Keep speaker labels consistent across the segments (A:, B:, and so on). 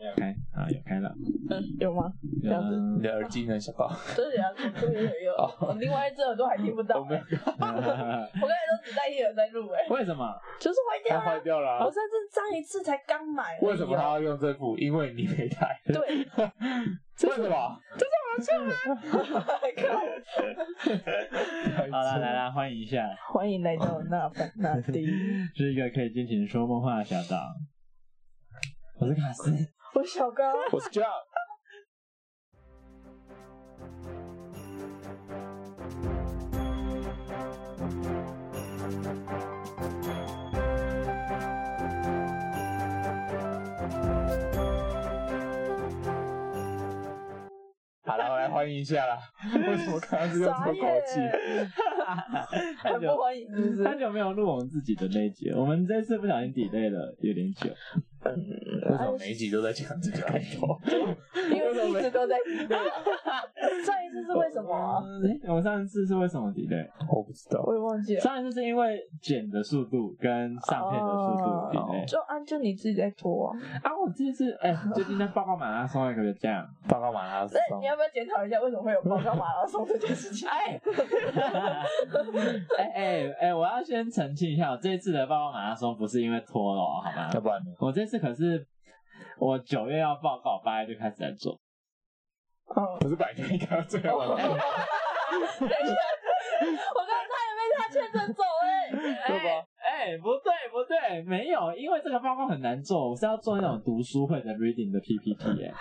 A: 有开啊，有开了。
B: 嗯，有吗？这样子
A: 嗯
C: 你的耳机呢，小宝？
B: 对呀，这边有有，我另外一只耳朵还听不到。
C: 哦
A: 嗯
C: 我没有
B: 欸我刚才都只戴一耳在录，哎，
A: 为什么？
B: 就是坏掉
C: 它 坏
B: 了。
C: 掉了啊、
B: 我上次上一次才刚买而已哦，
C: 为什么他要用这副？因为你没带。
B: 对，
C: 为什么？
B: 靠
A: 好了，来啦，欢迎一下，
B: 欢迎来到那凡那 迪，
A: 是一个可以尽情说梦话的小岛。我是卡斯，
B: 我小高，
C: 我是 John。好了，我来欢迎一下啦。为什么刚刚是用这
B: 傻
C: 么口 气？
B: 眼，
A: 太
B: 很
A: 久
B: 不欢迎是不是？
A: 太久没有录我们自己的那一集了，我们这次不小心 delay 了有点久。
C: 为什么每一集都在讲这个开头？
B: 因为一直都在听的。上一次是为什么啊？
A: 诶我们上一次是为什么 delay？
C: 我不知道。
B: 我也忘记了。
A: 上一次是因为剪的速度跟上片的速度
B: 哦
C: 哎
A: delay。
B: 就按就你自己在拖啊，
A: 啊，我这次哎，最近在报告马拉松，可不可以这 样？
C: 报告马拉松
B: 那你要不要检讨一下为什么会有报告马拉松这件事情？哎，
A: 哎哎哎，我要先澄清一下，我这次的报告马拉松不是因为拖了哦，好吗？
C: 要不然呢？
A: 我这次可是我九月要报告，八月就开始在做。
B: 哦，
C: 不是白天应该要这样吗？
B: 等一下，我刚才也被他确诊走哎，
A: 对不？哎、不对不对，没有，因为这个报告很难做，我是要做那种读书会的 reading 的 PPT，哎、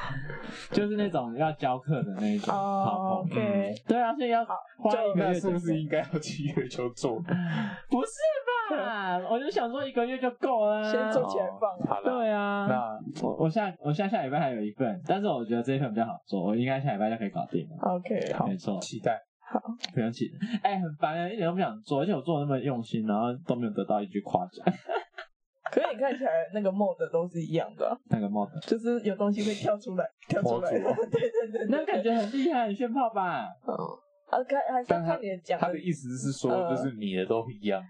A: 就是那种要教课的那一种。
B: 哦
A: 好，
B: ，OK，
A: 对啊，所以要花一个
C: 那
A: 月
C: 是
A: 准备。
C: 不是应该要七月就做？
A: 不是吧？ 我就想说一个月就够了、啊。
B: 先做起来放啊。
C: 好了，
A: 对啊，
C: 那
A: 我我下我下下礼拜还有一份，但是我觉得这一份比较好做，我应该下礼拜就可以搞定了。
B: OK，
C: 好
A: 没错，
C: 期待。
A: 不用起，哎、很烦啊，一点都不想做，而且我做的那么用心，然后都没有得到一句夸奖。
B: 可是你看起来那个梦的都是一样的啊，
A: 那个 mod，
B: 就是有东西会跳出 来，跳出来。
C: 模组
B: 对对对，
A: 那感觉很厉害，很炫炮吧？
B: 嗯，啊，看还是要看你的讲
C: 他的意思是说，就是你的都一样。
A: 嗯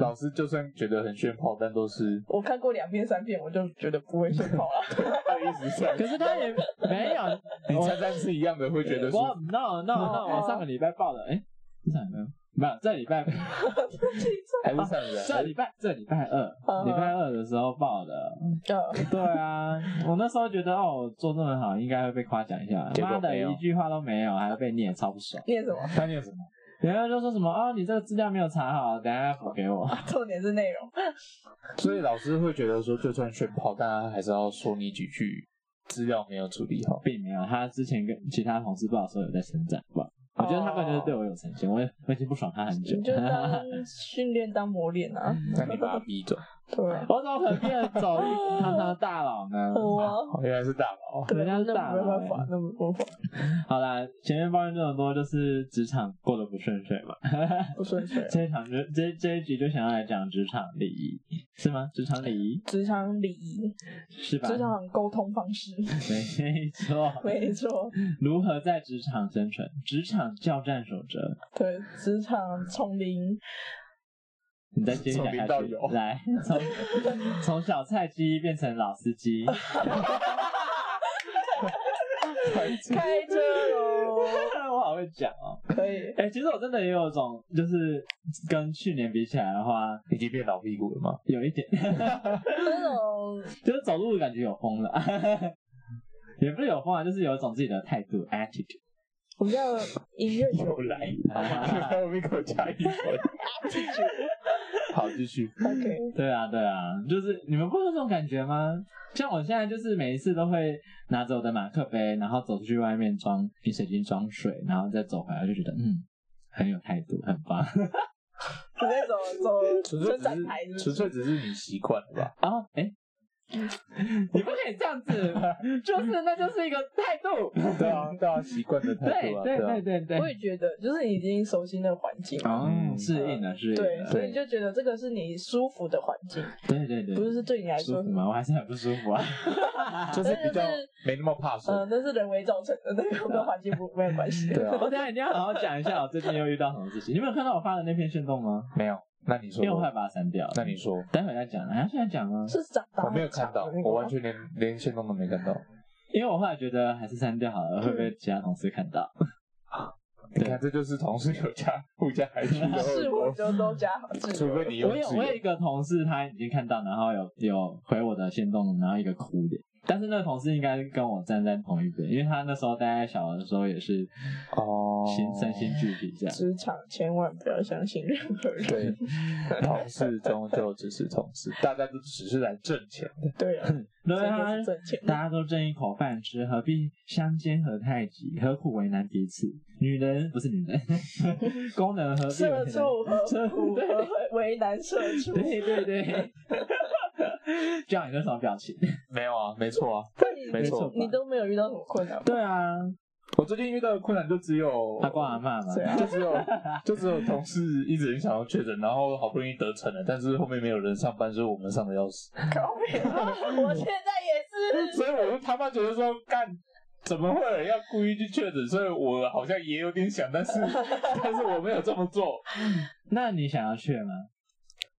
C: 老师就算觉得很炫炮，但都是
B: 我看过两遍三遍，我就觉得不会炫跑 了。
C: 他的意思是这样，
A: 可是他 也没有，
C: 你猜单是一样的，会觉得
A: 我
C: 说
A: no no no，我上个礼拜报的，哎、你上礼拜没有，这礼 拜
C: 还是上 人。啊
A: 这礼拜这礼拜二，
B: 嗯
A: 礼拜二的时候报的。
B: 嗯，
A: 对啊，我那时候觉得哦，我做这么好，应该会被夸奖一下。
C: 结果
A: 妈的，
C: 没有
A: 一句话都没有，还被念，超不爽。
B: 念什么？
C: 他念什么？
A: 然后就说什么哦，你这个资料没有查好，等一下要补给我。
B: 重点是内 容。
C: 所以老师会觉得说，就算炫炮，但他还是要说你几句资料没有处理好。
A: 并没有，他之前跟其他同事报的时候有在称赞吧。我觉得他可能就是对我有成见，我也我已经不爽他很久
B: 你。就当训练当磨练啊。
C: 那你把他逼 走。
B: 对啊，
A: 我怎么可能变成走一堂堂的大佬呢？
B: 我啊
C: 哦，原来是大佬。
B: 对，
A: 人家
B: 那
A: 是
B: 没
A: 大佬
B: 办
A: 欸
B: 法，那没办法，
A: 好啦，前面抱怨这么多，就是职场过得不顺遂嘛。
B: 不顺 遂。
A: 这一场就这这一局就想要来讲职场礼仪，是吗？职场礼仪
B: 职场礼仪，
A: 是吧？
B: 职场沟通方式，
A: 没错，
B: 没错，
A: 如何在职场生存？职场教战守则，
B: 对，职场从零
A: 你再接一下
C: 从零
A: 下
C: 到
A: 去
C: 有，
A: 来从从小菜鸡变成老司机。
B: 开车 喽，
A: 我好会讲哦。
B: 可以，
A: 哎、其实我真的也有种，就是跟去年比起来的话，
C: 已经变老屁股了吗？
A: 有一点，
B: 那种
A: 就是走路感觉有风了， 也不是有风啊，就是有一种自己的态度 attitude。
B: 我们叫音 乐
C: 又
B: 有
C: 来，
A: 啊
C: 我们口加一分。好，继续。
B: ，OK，
A: 对啊，对啊，就是你们不会有这种感觉吗？像我现在就是每一次都会拿着我的马克杯，然后走出去外面装饮水机装水，然后再走回来，就觉得嗯，很有态度，很棒。
B: 你在走走
C: 纯粹
B: 伸
C: 只
B: 展台是不
C: 是纯
B: 是？
C: 粹只是你习惯了吧？
A: 然后哎，你不可以这样子， 就是那就是一个态度。
C: 对啊，对啊，习惯的态
A: 对
C: 度啊，
A: 对
C: 啊
A: 对。对对
B: 我。也觉得，就是你已经熟悉那个环境了。
A: 哦，
C: 嗯
A: 适应了，适应
B: 对，
A: 了。
B: 所以就觉得这个是你舒服的环境，
A: 对对对，
B: 不是对你来
A: 舒
B: 说
A: 服，吗？我还是很不舒 服啊。
C: 就是呃比较
B: 但是
C: 没那么怕水。
B: 嗯，那是人为造成的，那个跟环境不没有关系。
C: 对啊
A: 我，等一下一定要好好讲一下，我最近又遇到什么事情。你们有看到我发的那篇炫动吗？
C: 没有，那你说
A: 因为，我会把它删掉。
C: 那你说，
A: 待会再讲，啊，现在讲吗？
B: 是长大
C: 我没有看到，我完全连连线动都没看到。
A: 因为我后来觉得还是删掉好了，会被其他同事看到。
C: 你看，这就是同事有加互加还 是
B: 是我就都加好，
C: 除非你用
A: 我有
C: 自
A: 我有
C: 由
A: 一个同事，他已经看到，然后有有回我的线动，然后一个哭脸。但是那个同事应该跟我站在同一边，因为他那时候待在小的时候也是
C: 哦，
A: 心身心俱疲这样。
B: 职场千万不要相信任何人。
C: 对， 同事终究只是同事，大家都只是来挣钱的。
B: 对啊，
A: 对
B: 这
A: 啊
B: 个是，挣钱
A: 大
B: 的。
A: 家都争一口饭吃，何必相煎何太急？何苦为难彼此？女人不是女人， 功能 何必为
B: 社
A: 难？
B: 畜和
A: 社
B: 苦
A: 畜
B: 和为难社畜，
A: 对对对， 这样你是什么表情？
C: 没有啊，没错啊，没
A: 错
C: 错
A: 吧。
B: 你都没有遇到什么困难吗？
A: 对啊，
C: 我最近遇到的困难就只有
A: 阿公阿妈嘛
B: 谁，啊
C: 就只有就只有同事一直很想要确诊，然后好不容易得逞了，但是后面没有人上班，所以我们上的要死。
B: 高明，啊我现在也是。
C: 所以我就他妈觉得说干。怎么会有人要故意去确诊？所以我好像也有点想，但是 但是我没有这么做。
A: 那你想要去吗？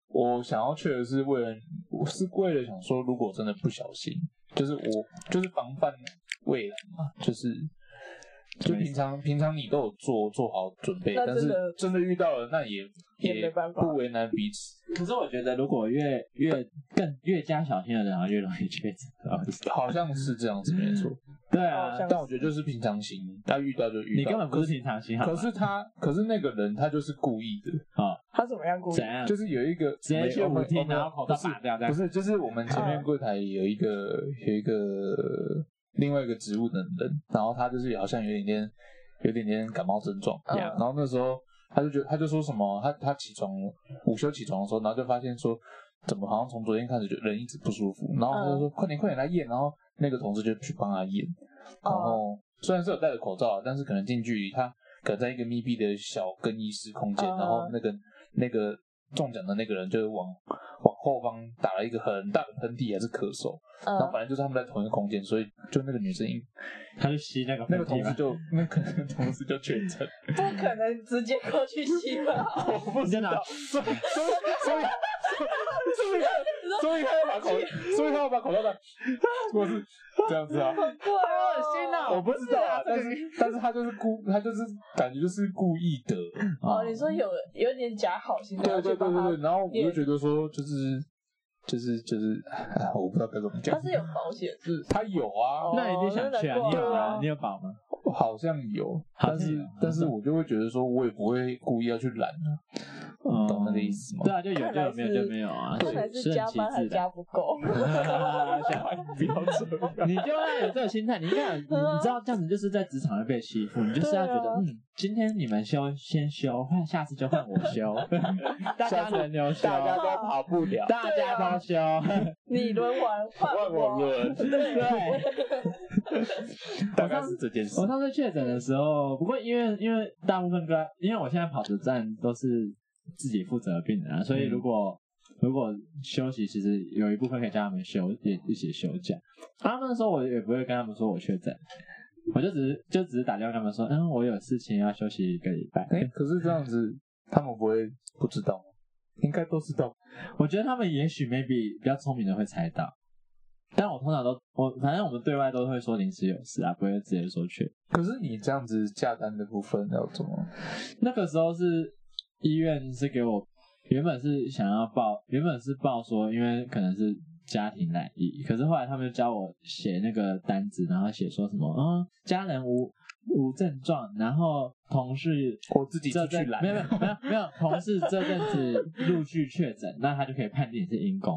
C: 我想要去的是为了，我是为了想说，如果真的不小心，就是我就是防范未然嘛，就是就平常平常你都有做做好准备，
B: 那
C: 但是
B: 真的
C: 真的遇到了，那也
B: 也没办法
C: 不为难彼此。
A: 可是我觉得，如果越越更越加小心的人，好像越容易确诊。
C: 好像是这样子，没错。
A: 对
B: 好
A: 啊，
B: 像
C: 但我觉得就是平常心，要遇到就遇
A: 你
C: 到。
A: 根本不是平常心好吗
C: 可是他，可是那个人他就是故意的，
B: 他怎么样故意
A: 怎？样？
C: 就是有一个哦
A: 直接去舞厅
C: 我们
A: 然后口罩拔掉这样啊
C: 不是，就是我们前面柜台有一个有一个另外一个职务的人，然后他就是好像有点点有点点感冒症状，
B: 嗯
C: 然后那时候他就觉得他就说什么，他他起床午休起床的时候，然后就发现说怎么好像从昨天开始就人一直不舒服，然后他就
A: 嗯
C: 说、快点快点来验，然后那个同事就去帮他验，然
A: 哦
C: 后虽然是有戴着口罩，但是可能近距离，他可能在一个密闭的小更衣室空间，
B: 嗯
C: 然
A: 哦
C: 后那个那个中奖的那个人就往往后方打了一个很大的喷嚏，还是咳嗽，
B: 嗯
C: 然后反正就是他们在同一个空间，所以就那个女生应
A: 他就吸那个
C: 那
A: 喷
C: 个同
A: 嚏
C: 事
A: 嘛，
C: 就那可能同事就确诊，
B: 不可能直接过去吸吧？
C: 我不
A: 哦你
C: 知
A: 在哪
C: 道，所以所以所以。所以他，所以他要把口，所以他要把口罩戴，我是这样子啊。
B: 对，好恶心哦！
C: 我不知道啊，但是但是他就是故，他就是感觉就是故意的。
B: 哦，你说有有点假好心，然
C: 对啊
B: 后
C: 对
B: 就
C: 对
B: 帮
C: 对对，
B: 他，
C: 然后我就觉得说，就是就是就是，哎，我不知道该怎么讲
B: 他。是有保险，
C: 是他有啊，
A: 那你一定想去啊？
B: 哦
A: 你有
B: 对啊
A: 吗？你有保吗？
C: 好像有，
A: 好像有
C: 但是
A: 嗯
C: 但是我就会觉得说，我也不会故意要去懒啊，
A: 嗯
C: 懂那个意思吗
A: 对？啊，就有就有，没有就没有啊。
B: 看来是加班还
A: 是
B: 加不够。
C: 不要这样。
A: 你就要有这个心态，你应该有，你你知道这样子就是在职场会被欺负，你就是要觉得，
B: 嗯啊对啊
A: 嗯，今天你们休先休，换下次就换我 休，大家轮流休，
C: 大家都跑不 了，
A: 大家
B: 啊
A: 都休，
B: 你轮完换
C: 万我
B: 我，
C: 轮，
A: 对。啊
C: 大概是这件事
A: 我。上次确诊的时候，不过因为因为大部分个，因为我现在跑的站都是自己负责的病人啊，所以如果、如果休息，其实有一部分可以叫他们休，也一起休假。啊他们说我也不会跟他们说我确诊，我就只是就只是打电话跟他们说，嗯，我有事情要休息一个礼拜。
C: 哎，可是这样子，他们不会不知道吗？应该都知道。
A: 我觉得他们也许 maybe 比较聪明的会猜到，但我通常都我反正我们对外都会说临时有事啊，不会直接说确
C: 可是你这样子下单的部分要怎么？
A: 那个时候是医院是给我，原本是想要报，原本是报说，因为可能是家庭难医，可是后来他们就教我写那个单子，然后写说什么，嗯，家人无无症状，然后同事
C: 我自己出
A: 这
C: 去
A: 阵
C: 懒
A: 没有没有没有没有，同事这阵子陆续确诊，那他就可以判定你是因公，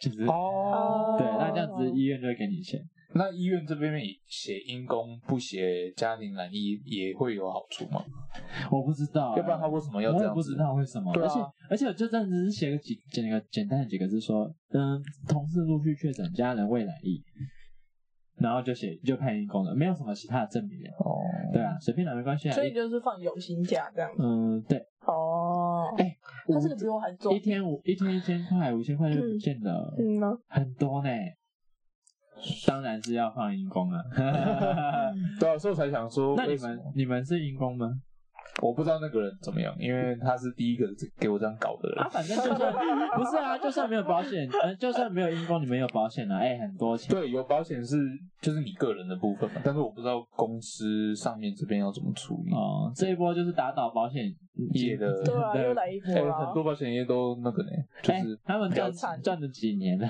A: 就是、
C: 哦
A: 对，那这样子医院就会给你钱。
C: 那医院这边也写因公不写家庭难医也会有好处吗？
A: 我不知道欸、
C: 啊要不然他为什么要
A: 我
C: 这
A: 也
C: 样
A: 不知
C: 子？
A: 道为什么，
C: 对
A: 而
C: 啊
A: 且而且我就这样子写个几简个简单的几个字说，嗯，同事陆续确诊，家人未来意，然后就写就判因公了，没有什么其他的证明耶。
C: 哦，
A: 对啊，随便拿没关系啊。
B: 所以
A: 一
B: 就是放有薪假这样子。
A: 嗯，对，
B: 哦，
A: 哎
B: 他这个比我还重
A: 一。天五一天一千块，五千块就不见了，
B: 嗯呢，
A: 很多呢。当然是要放因公了。
C: 对啊，所以我才想说，
A: 那你
C: 为什
A: 们
C: 么
A: 你们是因公吗？
C: 我不知道那个人怎么样，因为他是第一个给我这样搞的人
A: 啊，。反正就算不是啊，就算没有保险，呃，就算没有因公，你们有保险了、啊，哎、很多钱。
C: 对，有保险是就是你个人的部分嘛，但是我不知道公司上面这边要怎么处理。
A: 哦，这一波就是打倒保险
C: 业的
A: 真
B: 对啊，又来一波
C: 哎、
B: 了。
C: 很多保险业都那个呢，就
A: 哎
C: 是
A: 他们赚
B: 比较惨
A: 赚了几年了，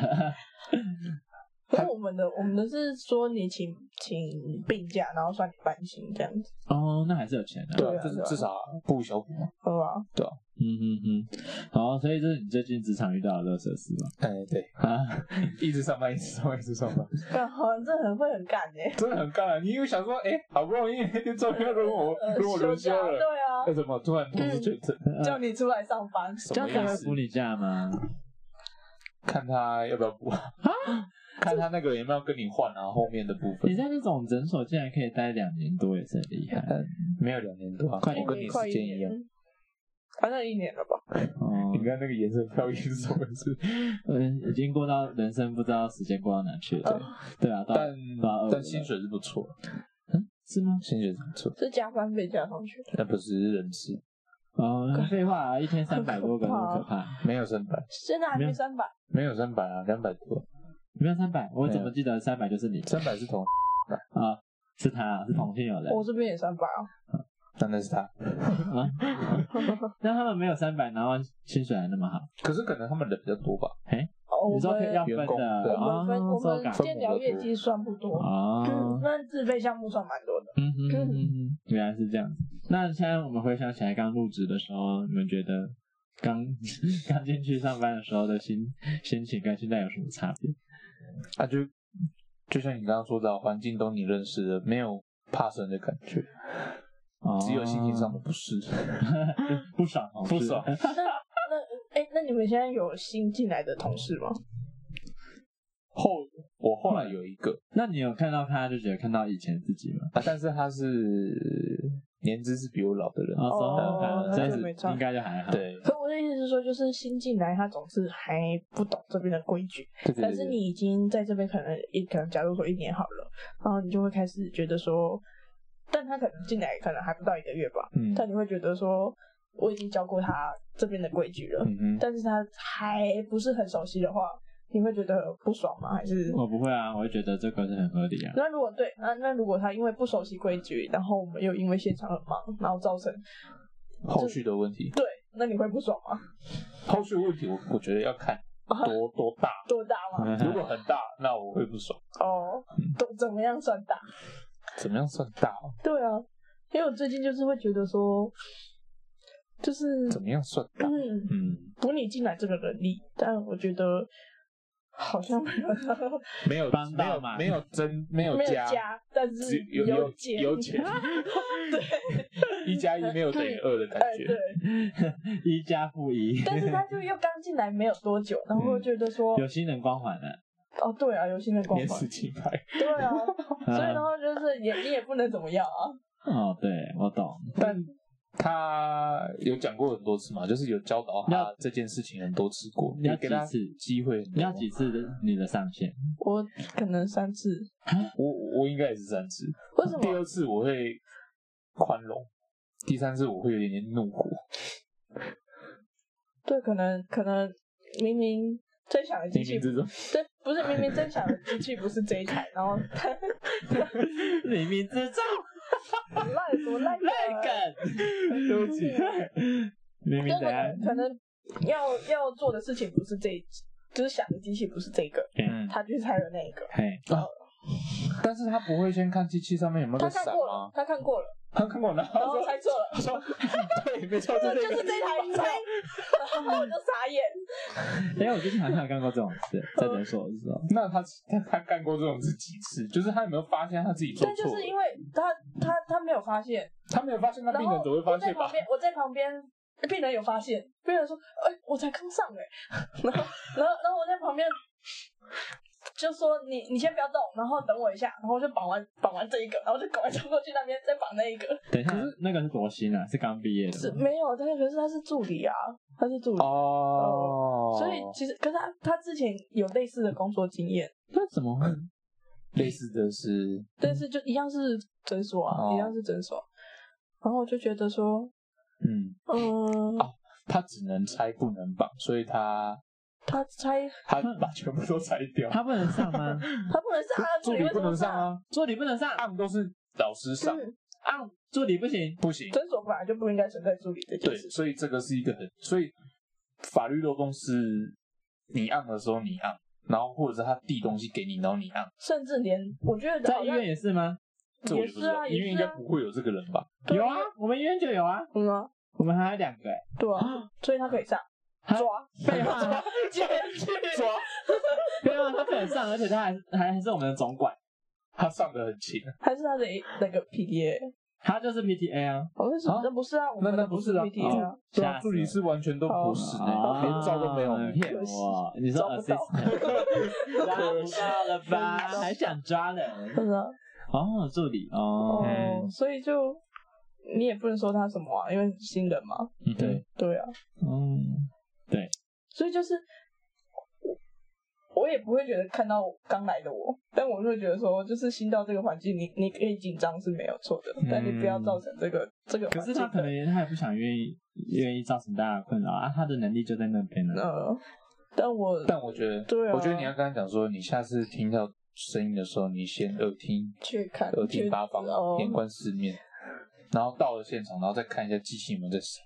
B: 可是我们的我们的是说你请请病假，然后算你半薪这样子，
A: 哦，那还是有钱的、
C: 对
B: 对
C: 啊，
B: 啊
C: 就是
B: 对啊
C: 至少不无小补嘛。
B: 对啊吧？
A: 嗯嗯嗯，好，所以这是你最近职场遇到的乐色事吗？
C: 哎、对，
A: 啊，
C: 一直上班，一直上班，一直上班，
B: 干好像这很会很干哎、欸，
C: 真的很干啊！你又想说，哎、好不容易 那天终于轮我
B: 呃
C: 轮我轮休
B: 假
C: 了，那
B: 对
C: 怎么突然通知确诊？
B: 啊，叫你出来上班，
A: 呃这样
C: 什么
A: 才
C: 意
A: 会
C: 思
A: 补？你假吗？
C: 看他要不要补啊？ 看他那个有没有跟你换啊？后面的部分
A: 你在那种诊所竟然可以待两年多，也是很厉害
C: 没有两年多啊，
A: 快
C: 我跟你
B: 快
C: 时
B: 一
C: 间一
B: 年
C: 样。，
B: 好像一年了吧？
A: 哦
C: 你。看那个颜色飘逸是什么意思？
A: 嗯，已经过到人生不知道时间过到哪去了。对啊，到
C: 但
A: 到二五了
C: 嗯但薪水是不错，
A: 是吗？
C: 薪水是不错，
B: 是加班被加上去的，
C: 但不是人事，
A: 哦，废话啊，一天三百多个，
B: 很可怕
A: 多可怕！
C: 没有三百，
B: 现在还
A: 没
B: 没
A: 有
B: 三百，
C: 没有三百啊，两百多，
A: 没有三百，我
C: 没有
A: 怎么记得三百就是你
C: 三百是同，
A: 啊？是他，是同性友人
B: 我这边也三百啊，
C: 但那是他。
A: 啊？那他们没有三百，然后薪水还那么好？
C: 可是可能他们人比较多吧，
B: 哦，
A: 你
B: 我
A: 说可以
B: 们
A: 要分
C: 员工
A: 的
C: 对
B: 我们分
A: 哦，
B: 我
A: 手感
B: 们建疗业绩算不多，嗯
A: 哦，，
B: 那自费项目算蛮多的，
A: 嗯哼嗯哼嗯哼，原来是这样子。那现在我们回想起来，刚入职的时候，你们觉得刚刚进去上班的时候的心心情跟现在有什么差别？
C: 啊就就像你刚刚说的，啊环境都你认识的，没有怕生的感觉，
A: 哦
C: 只有心情上的不适。啊
A: 不爽，
C: 哦 不爽
A: 是
B: 哎、那你们现在有新进来的同事吗？
C: 后我后来有一个
A: 那你有看到他就觉得看到以前自己吗？
C: 啊，但是他是年资是比我老的人，
A: 啊，手感
B: 哦
A: 所以
B: 那就没差
A: 应该就还好。，
C: 对
B: 可我的意思是说，就是新进来他总是还不懂这边的规矩，
C: 对对对
B: 但是
C: 对，
B: 你已经在这边可能一可能假如说一年好了，然后你就会开始觉得说，但他可能进来可能还不到一个月吧，
C: 嗯
B: 但你会觉得说我已经教过他这边的规矩了，
C: 嗯哼，
B: 但是他还不是很熟悉的话，你会觉得不爽吗？还是？
A: 我不会啊，我会觉得这个是很合理啊。
B: 那如果对，那那如果他因为不熟悉规矩，然后我们又因为现场很忙，然后造成，
C: 后续的问题，
B: 那你会不爽吗？
C: 后续问题我我觉得要看
B: 哦
C: 多多大，
B: 多大吗？
C: 如果很大，那我会不爽。
B: 哦，都怎么样算大？
C: 怎么样算大哦？
B: 对啊，因为我最近就是会觉得说，就是
C: 怎么样算大？
B: 嗯，
C: 嗯，
B: 补你进来这个能力，但我觉得好像没有
C: 没有
A: 帮
C: 没
A: 到
C: 有
A: 嘛
C: 没有增没有
B: 没有
C: 加，
B: 加，但是
C: 只有有
B: 减，
C: 有减， 对，一加一没有等于二的感
B: 哎
C: 觉
B: 对。，
A: 一加负一，
B: 但是他就又刚进来没有多久，然后我觉得说，
A: 有新人光环的。
B: 哦对啊，有新的光
C: 年
B: 环
C: 死，金牌，
B: 对啊，所以然后就是也你也不能怎么样啊，
A: 哦，对，我懂。
C: 但他有讲过很多次嘛，就是有教导他
A: 要
C: 这件事情很多次过，
A: 你要
C: 有给他
A: 几次
C: 机会，
A: 你要几？次的你的上 限？
B: 我可能三次，
C: 我我应该也是三次，
B: 为什
C: 第
B: 么？
C: 二次我会宽容，第三次我会有点点怒火，
B: 对，可能可能明明最想的机
C: 冥
B: 器
C: 冥之中，
B: 对，不是明明真想的机器不是这一台，然后他
A: 冥冥之中
B: 很烂多烂啊烂
A: 梗，
C: 对不起，
A: 明明
B: 就
A: 怎
C: 啊
A: 样？
B: 可能可能要要做的事情不是这一，就是想的机器不是这个，
C: 嗯，
B: 他去猜了那一个。
A: 嘿，
C: 但是他不会先看机器上面有没有
B: 他
C: 在
B: 看
C: 闪
B: 过了
C: 吗，？
B: 他看过了，
C: 他看过，然
B: 然
C: 后他
B: 后
C: 说
B: 猜错了，
C: 他说哦对，没错，
B: 这
C: 就
B: 就
C: 这
B: 是
C: 个。
B: 这台你猜，然后我就傻眼。
A: 哎，我之前好像有干过这种事， 在诊所的时候。
C: 那他他他干过这种事几次？就是他有没有发现他自己做
B: 但就
C: 错
B: 是
C: 了？
B: 因为他他他没有发现，
C: 他没有发现，那
B: 然
C: 病
B: 后
C: 人总会发
B: 我在
C: 现吧
B: 旁？边，我在旁边，哎病人有发现，病人说：“哎、我才刚上哎、然后，然后，然后我在旁边就说：“你你先不要动，然后等我一下。”然后我就绑完绑完这一个，然后就赶快冲过去那边再绑那一个。
A: 等一下，那个是多新嗯啊，是刚毕业
B: 是
A: 的吗。
B: 没有，但是可是他是助理啊，他是助理，
C: 哦
B: 所以其实可是他他之前有类似的工作经验，
A: 那怎么会？
C: 类似的是，
B: 但是就一样是诊所啊，
C: 哦
B: 一样是诊所。然后我就觉得说，
C: 嗯，
B: 嗯，
C: 啊他只能拆不能绑，所以他
B: 他拆
C: 他把全部都拆掉。
A: 他不能上 吗？
B: 他不能上啊，
C: 助
B: 理
C: 理
B: 为什
C: 不
B: 么
C: 能上？啊，
A: 助理不能上，
C: 案都是老师上，
B: 嗯，
A: 啊，助理不行。
C: 不行。
B: 诊所本来就不应该存在助理这件
C: 对，
B: 事。
C: 所以这个是一个很，所以法律漏洞是你按的时候你按，然后或者是他递东西给你，然后你按，
B: 甚至连我觉得
A: 在
B: 好
A: 医
B: 像
A: 院也是吗？
C: 这我
B: 也
C: 就不
B: 是
C: 知道，
B: 啊，
C: 医院
B: 也
C: 应
B: 是
C: 该
B: 啊，
C: 不会有这个人吧？
B: 对
A: 有啊，我们医院就有啊，
B: 嗯啊，
A: 我们还有两个 哎、
B: 对啊，所以他可以上
A: 他
B: 抓
A: 废话，
B: 检举
C: 啊 抓，
A: 废话，啊他不能上，而且他还还是我们的总管，
C: 他上的很勤，
B: 还是他的那个 PDA？
A: 他就是 PTA 啊。
B: 好像是
C: 啊
B: 那不是啊，我
C: 那
B: 们
C: 那
B: 的
C: 不
B: 不
C: 是啊
B: PDA 啊，
C: 对啊，
A: 吓死
C: 助理是完全都不是的、
A: 哦
C: 连照都没有。
A: 骗我！你说
B: 找不到
A: assistant，抓不到了吧？还想抓人？
B: 真的
A: 哦，助理哦，
B: 哦
C: 嗯，
B: 所以就你也不能说他什么啊，因为新人嘛，
C: 嗯，
A: 对，
B: 对啊，
A: 嗯，
B: 所以就是我我也不会觉得看到刚来的我，但我会觉得说，就是新到这个环境，你你可以紧张是没有错的，但你不要造成这个这个
A: 可
B: 环
A: 是
B: 境
A: 他可
B: 的
A: 能也他也不想愿意愿意造成大家的困扰啊，他的能力就在那边了。
B: 呃，但我
C: 但我觉得，
B: 对啊
C: 我觉得你要跟他讲说，你下次听到声音的时候，你先耳听
B: 去看
C: 耳听八方
B: 哦，，
C: 眼观四面，然后到了现场，然后再看一下机器有没有在闪，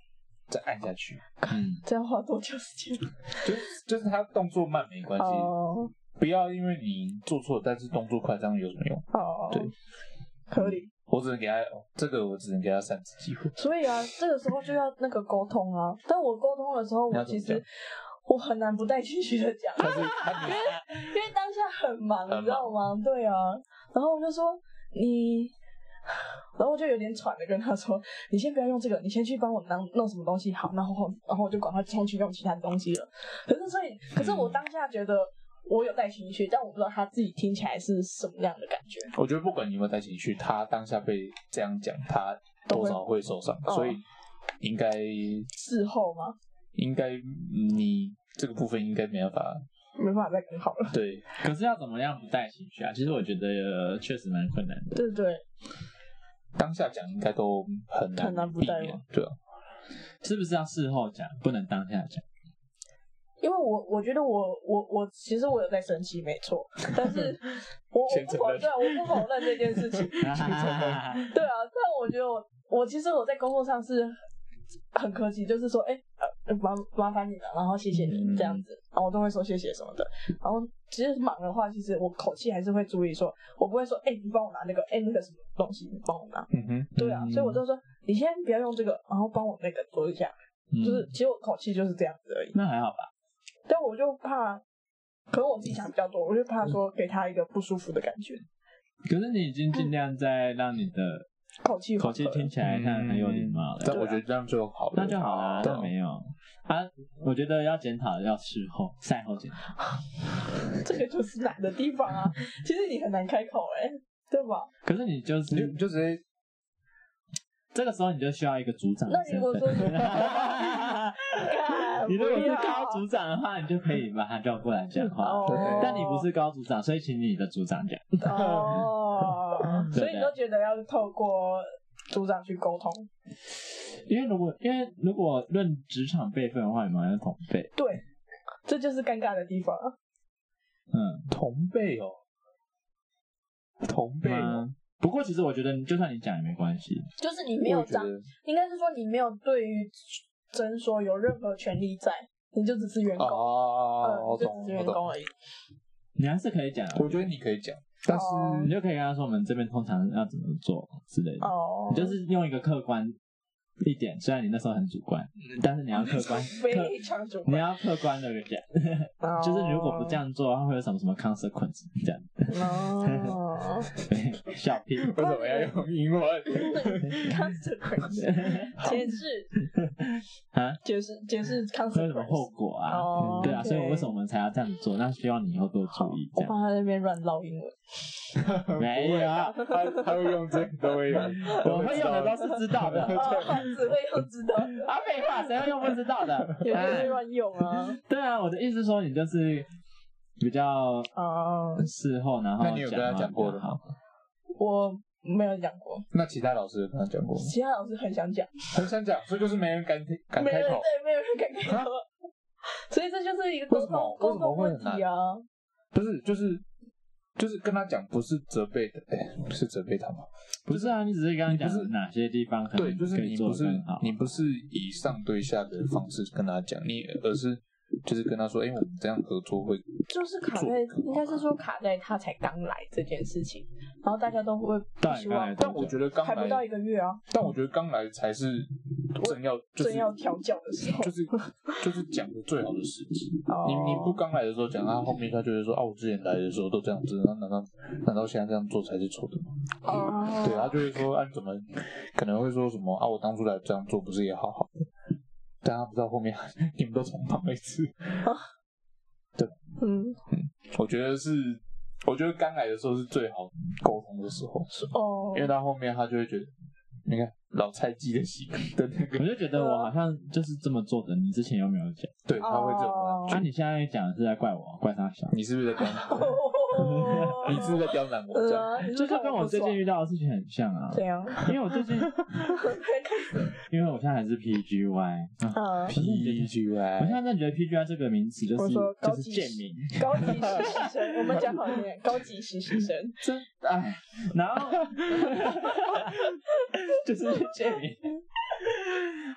C: 再按下去。
A: 嗯，
B: 这样花多久时间？
C: 就是就是他动作慢没关系，
B: 哦
C: 不要因为你做错，但是动作快，这样有什么用？
B: 哦，
C: 对，
B: 合理。
C: 我只能给他这个，我只能给他三次机会。
B: 所以啊，这个时候就要那个沟通啊。但我沟通的时候，
C: 你要
B: 我
C: 怎么
B: 其
C: 讲
B: 实我很难不带情绪的讲，
C: 但是他你
B: 因为当下很忙，
C: 很
B: 你知道吗？对啊，然后我就说你。然后我就有点喘的跟他说：“你先不要用这个，你先去帮我弄弄什么东西好。”然后，然后我就赶快冲去用其他东西了。可是，所以，可是我当下觉得我有带情绪，但我不知道他自己听起来是什么样的感觉。
C: 我觉得不管你有没有带情绪，他当下被这样讲，他多少会受伤，
B: 哦
C: 所以应该
B: 事后吗？
C: 应该你这个部分应该没办法。
B: 没办法再更好了。
C: 对，
A: 可是要怎么样不带情绪啊？其实我觉得呃确实蛮困难的。
B: 对对，
C: 当下讲应该都很难
B: 很难不
C: 避
B: 带
C: 免
B: 吗，
C: 对啊，
A: 是不是要事后讲，不能当下讲？嗯
B: 因为我我觉得我我我其实我有在生气，没错，但 是我我
C: 先
B: 不
C: 承
B: 否
C: 认
B: 对啊，我不否认这件事情，对啊，但我觉得我我其实我在工作上是很客气，就是说，哎、呃麻麻烦你了，然后谢谢你、
C: 嗯
B: 这样子，然后我都会说谢谢什么的。然后其实忙的话，其实我口气还是会注意说，我不会说，哎、你帮我拿那个，哎、那个什么东西，你帮我拿。
C: 嗯哼，
B: 对啊，所以我就说，你先不要用这个，然后帮我那个做一下，
A: 嗯
B: 就是其实我口气就是这样子而已。
A: 那还好吧？
B: 但我就怕，可能我自己想比较多，我就怕说给他一个不舒服的感觉，
A: 可是你已经尽量在让你的
B: 口气
A: 口气
B: 缓和
A: 听起来看很有礼貌
C: 嗯但
A: 了，
C: 我觉得这样就好了，
A: 那就好啦。
C: 对啊
A: 那没有啊，我觉得要检讨的要事后赛后检讨。
B: 这个就是难的地方啊。 其实你很难开口哎、对吧？
A: 可是你就
C: 你就你
A: 是
C: 就直接
A: 这个时候你就需要一个组长的
B: 那如
A: 身
B: 果
A: 份。
B: 说
A: 你如果
B: 不
A: 是
B: 要
A: 高组长的话，你就可以把他叫过来讲话。
B: 哦，
A: 但你不是高组长，所以请你的组长讲。
B: 哦，所以
A: 啊
B: 你都觉得要透过组长去沟通，
A: 因为如果因为如果论职场辈分的话，你们是同辈。
B: 对，这就是尴尬的地方啊。
A: 嗯，
C: 同辈哦，同辈哦，
A: 嗯不过其实我觉得，就算你讲也没关系。
B: 就是你
C: 我
B: 没有
C: 也觉
B: 掌，
C: 得
B: 应该是说你没有对于诊所有任何权利在，你就只是员工，
C: 哦，
B: 嗯，
C: 我
B: 你就
C: 懂，
B: 只是
C: 我
B: 员
C: 懂
B: 工。而已。
A: 你还是可以讲啊，
C: 我觉得你可以讲，但是
B: 哦
A: 你就可以跟他说我们这边通常要怎么做之类的。
B: 哦，
A: 你就是用一个客观一点，虽然你那时候很主观，
B: 嗯
A: 但是你
B: 哦
A: 要客观，客
B: 非常主
A: 你
B: 观。
A: 要客观的讲，
B: 哦
A: 就是如果不这，样做的话，会有什么什么 consequence 这样。
B: 哦
A: 对，笑屁。
C: 为什么要用英文？
B: ，consequence 解释
A: 啊，
B: 解释解释
A: 会有什么
B: consequence
A: 后。果啊？
B: 哦
A: 对啊，
B: 对
A: 所以为什么我们才要这样做？那希望你以后多注意，这
B: 我
A: 样
B: 怕他在那边乱唠 英文，。
A: 没有啊，
C: 他他会用这个都会用，
A: 我会用的都是知道的
B: 哦，只会用知道的，
A: 啊，废话，谁会用不知道的？
B: 有些人会
A: 哎
B: 乱用 啊。
A: 对啊，我的意思是说，你就是比较
B: 哦，啊
A: 事后，然后
C: 那你有跟他
A: 话
C: 讲过
A: 比
C: 的
A: 较好
C: 吗？
B: 我没有讲过，
C: 那其他老师有跟他讲过吗？
B: 其他老师很想讲，
C: 很想讲，所以就是没人敢听敢
B: 没
C: 开
B: 人
C: 口。
B: 对，没有人敢开口。所以这就是一个
C: 为
B: 沟
C: 什么
B: 通沟
C: 为什么
B: 通
C: 会
B: 问
C: 很难
B: 题啊，
C: 不是，就是就是跟他讲，不是责备的，哎、是责备他吗？
A: 不是啊，你只是刚刚
C: 你不是
A: 讲哪些地方可
C: 对，
A: 能
C: 就是
A: 可以
C: 你
A: 做
C: 不
A: 得
C: 是
A: 更好。
C: 你不是以上对下的方式跟他讲，你而是就是跟他说，哎、我们这样合作会，
B: 就是卡在，应该是说卡在他才刚来这件事情，然后大家都会不
A: 到底
B: 希
A: 刚来
B: 望，
A: 多
C: 但
A: 久
C: 我觉得刚
B: 还不到
C: 来
B: 一，个月啊，
C: 但我觉得刚来才是正要就是
B: 正要调教的时候，
C: 就是 就是讲的最好的时机。你
B: 哦
C: 你不刚来的时候讲，他后面他就会说啊，我之前来的时候都这样子，那难道难道现在这样做才是错的吗？
B: 哦，
C: 对，他就会说啊，你怎么可能会说什么啊？我当初来这样做不是也好好的？但他不知道后面 你们都重跑一次。
B: 嗯，
C: 我觉得是，我觉得刚来的时候是最好沟通的时候，
B: 哦
C: 因，为到后面他就会觉得，你看老菜鸡的习惯的那个
A: 我，就觉得我好像就是这么做的，你之前有没有讲？
C: 对，他会这种
B: 哦
C: 感
A: 那、
C: 觉。
A: 你现在讲的是在怪我，怪他小，
C: 你是不是在刁难我？ 你是不是在刁难我？这样
B: 哦 呃，
A: 就是跟我最近遇到的事情很像啊。
B: 这样，
A: 因为我最近，因为我现在还是 PGY，、啊、
B: 嗯，
C: P G
A: 我现
C: Y，
A: 在真的觉得 PGY 这个名词就
B: 我
A: 是
B: 说高
A: 就是
B: 级
A: 贱名，
B: 高级实习生，我们讲好一点，高级实习生，
A: 真哎，然后就是贱民，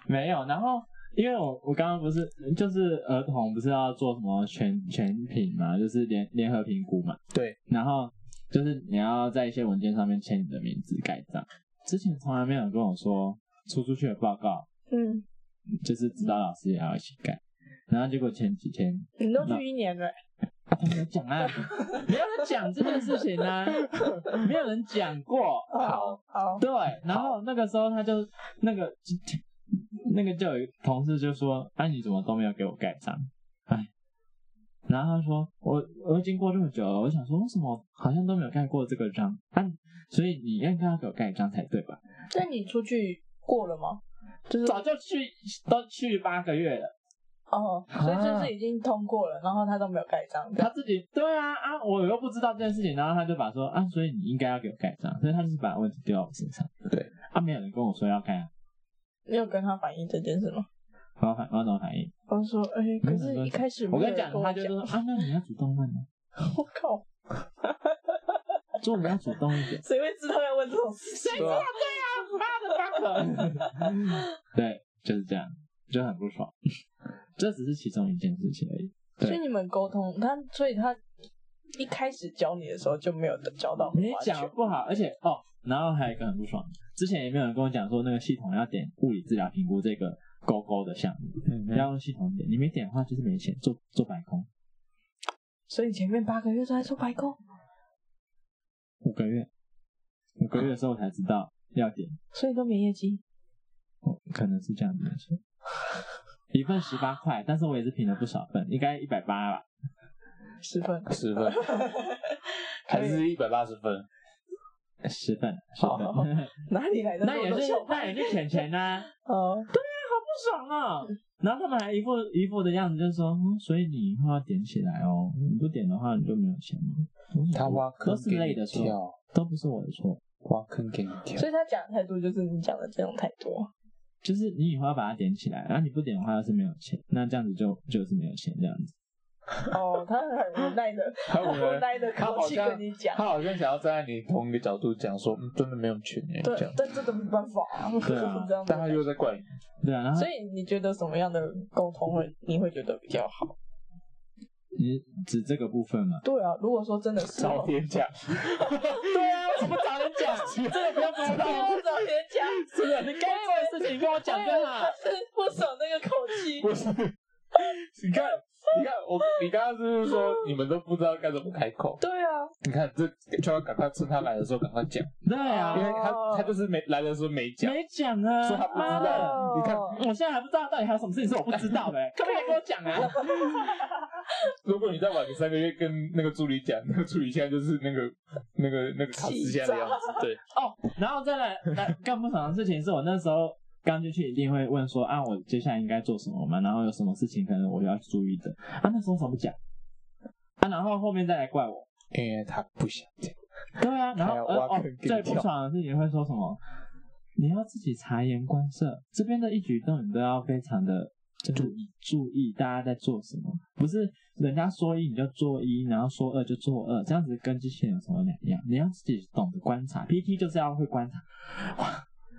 A: 没有，然后因为我我刚刚不是就是儿童不是要做什么全全品嘛，就是联联合评估嘛，
C: 对，
A: 然后就是你要在一些文件上面签你的名字盖章，之前从来没有人跟我说出出去的报告，
B: 嗯，
A: 就是指导老师也要一起盖，然后结果前几天
B: 你都去一年了，
A: 啊他没有讲啊，没有人讲这件事情啊，没有人讲过。
B: 好，哦好，
A: 对，然后那个时候他就那个那个就有一个同事就说：“啊，你怎么都没有给我盖章？”哎，然后他说：“我我已经过这么久了，我想说为什么好像都没有盖过这个章？啊，所以你应该要给我盖章才对吧？
B: 那你出去过了吗？就是
A: 早就去都去八个月了，
B: 哦，所以
C: 啊
B: 就是已经通过了，然后他都没有盖章，
A: 他自己对啊啊，我又不知道这件事情，然后他就把说啊，所以你应该要给我盖章，所以他就是把问题丢到我身上。
C: 对，
A: 啊，没有人跟我说要盖啊，
B: 你有跟他反映这件事吗？
A: 我要反我要怎么反应？
B: 我说，哎，可是一开始
A: 我
B: 没
A: 跟
B: 有人
A: 你讲，
B: 我
A: 他就
B: 讲
A: 是说啊，那你要主动问啊。”
B: 我靠，。
A: 做人要主动一 点
B: 谁会知道要问这种事情？
C: 对啊，
A: 对，就是这样，就很不爽。 这只是其中一件事情而已。对
B: 所以你们沟通，他所以他一开始教你的时候就没有教到很
A: 你
B: 花
A: 讲
B: 钱
A: 不好，而且哦，然后还有一个很不爽，之前也没有人跟我讲说那个系统要点物理治疗评估这个勾勾的项目，
C: 嗯
A: 要用系统点，你没点的话就是没钱，做做白工
B: 所以前面八个月都在做白工，
A: 五个月，五个月的时候我才知道要点，
B: 所以都没业绩。
A: 哦可能是这样的东西。 一份十八块，但是我也是评了不少份，应该一百八吧。
B: 十分，
C: 十 分还是一百八十分？
A: 十份，十
B: 好好好
A: 份，
B: 哪里 来的
A: 那
B: 这
A: 也
B: 么多
A: 是
B: 小白？
A: 那也是钱钱呐、
B: 哦，
A: 不爽啊！ 然后他们还一副一副的样子，就说、嗯：“所以你以后要点起来哦，你不点的话你就没有钱了。”
C: 他挖坑
A: 都是
C: 给
A: 累
C: 你
A: 的错，
C: 跳，
A: 都不是我的错，
C: 挖坑给你跳
B: 所。以他讲的态度就是你讲的这种态 度。
A: 就是你以后要把它点起来，然后你不点的话要是没有钱，那这样子就就是没有钱这样子。
B: 哦，他很无奈的，
C: 他
B: 很无奈的
C: 他
B: 口
C: 好
B: 气
C: 像
B: 跟你讲
C: 他。好像想要站在你同一个角度讲说，嗯，真的没有权利
B: 对
C: 这样，，
B: 但这个没办法啊，
A: 对啊
B: 这样子
C: 但。他又在怪你。
A: 对啊，然后
B: 所以你觉得什么样的沟通会你会觉得比较好？
A: 你指这个部分嘛，
B: 对啊，如果说真的是
C: 早点 讲，
A: 对啊，为什么找人讲？这个不要跟我
B: 我早点讲，哎
A: 是
B: 啊
A: 的，你该做的事情跟我讲就好。
B: 是不爽那个口气。
C: 不是？你看，你看我，你刚刚是不是说你们都不知道该怎么开口？
B: 对啊，
C: 你看这就要赶快趁他来的时候赶快讲，
A: 对啊
C: 因，为
B: 哦
C: 他他就是没来的时候没讲，
A: 没讲啊
C: 所以他，不知
A: 妈的！
C: 道。你看，
A: 我现在还不知道到底还有什么事情是我不知道的、 可不可以跟我讲啊？
C: 如果你再晚个三个月跟那个助理讲，那个助理现在就是那个那个那个卡斯现在的样子，对，
A: 哦，然后再来来更不爽的事情是我那时候刚进去一定会问说啊，我接下来应该做什么嘛？然后有什么事情可能我要注意的啊？那时候怎么讲啊？然后后面再来怪我，
C: 因为他不想讲。
A: 对啊，然后
C: 还有
A: 呃
C: 挖
A: 哦，后最不爽的是你会说什么？你要自己察言观色，这边的一举一动你都要非常的注意注意大家在做什么，不是人家说一你就做一，然后说二就做二，这样子跟机器人有什么两样？你要自己懂得观察，PT 就是要会观察，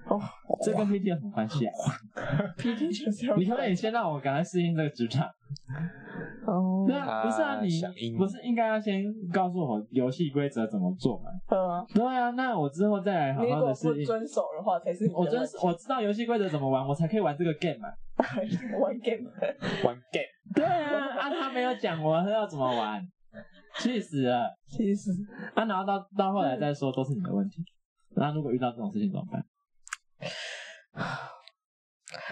B: 哦，
A: 这跟 PT 有什么关系啊？
B: 脾气就是要
A: 你可不可以先让我赶快适应这个职场？
B: 哦
A: 对啊，不是啊，
D: 啊想
A: 你
D: 赢
A: 不是应该要先告诉我游戏规则怎么做吗？
B: 嗯，
A: 对啊，那我之后再来好
B: 你如
A: 好
B: 果
A: 的适
B: 不
A: 应。
B: 遵守的话，才是你的
A: 我真
B: 问题
A: 我知道游戏规则怎么玩，我才可以玩这个 game 嘛。
B: 玩 game，
D: 玩 game，
A: 对 啊，啊他没有讲我要怎么玩，气死了！
B: 其实
A: 啊，然后到到后来再说都是你的问题。那如果遇到这种事情怎么办？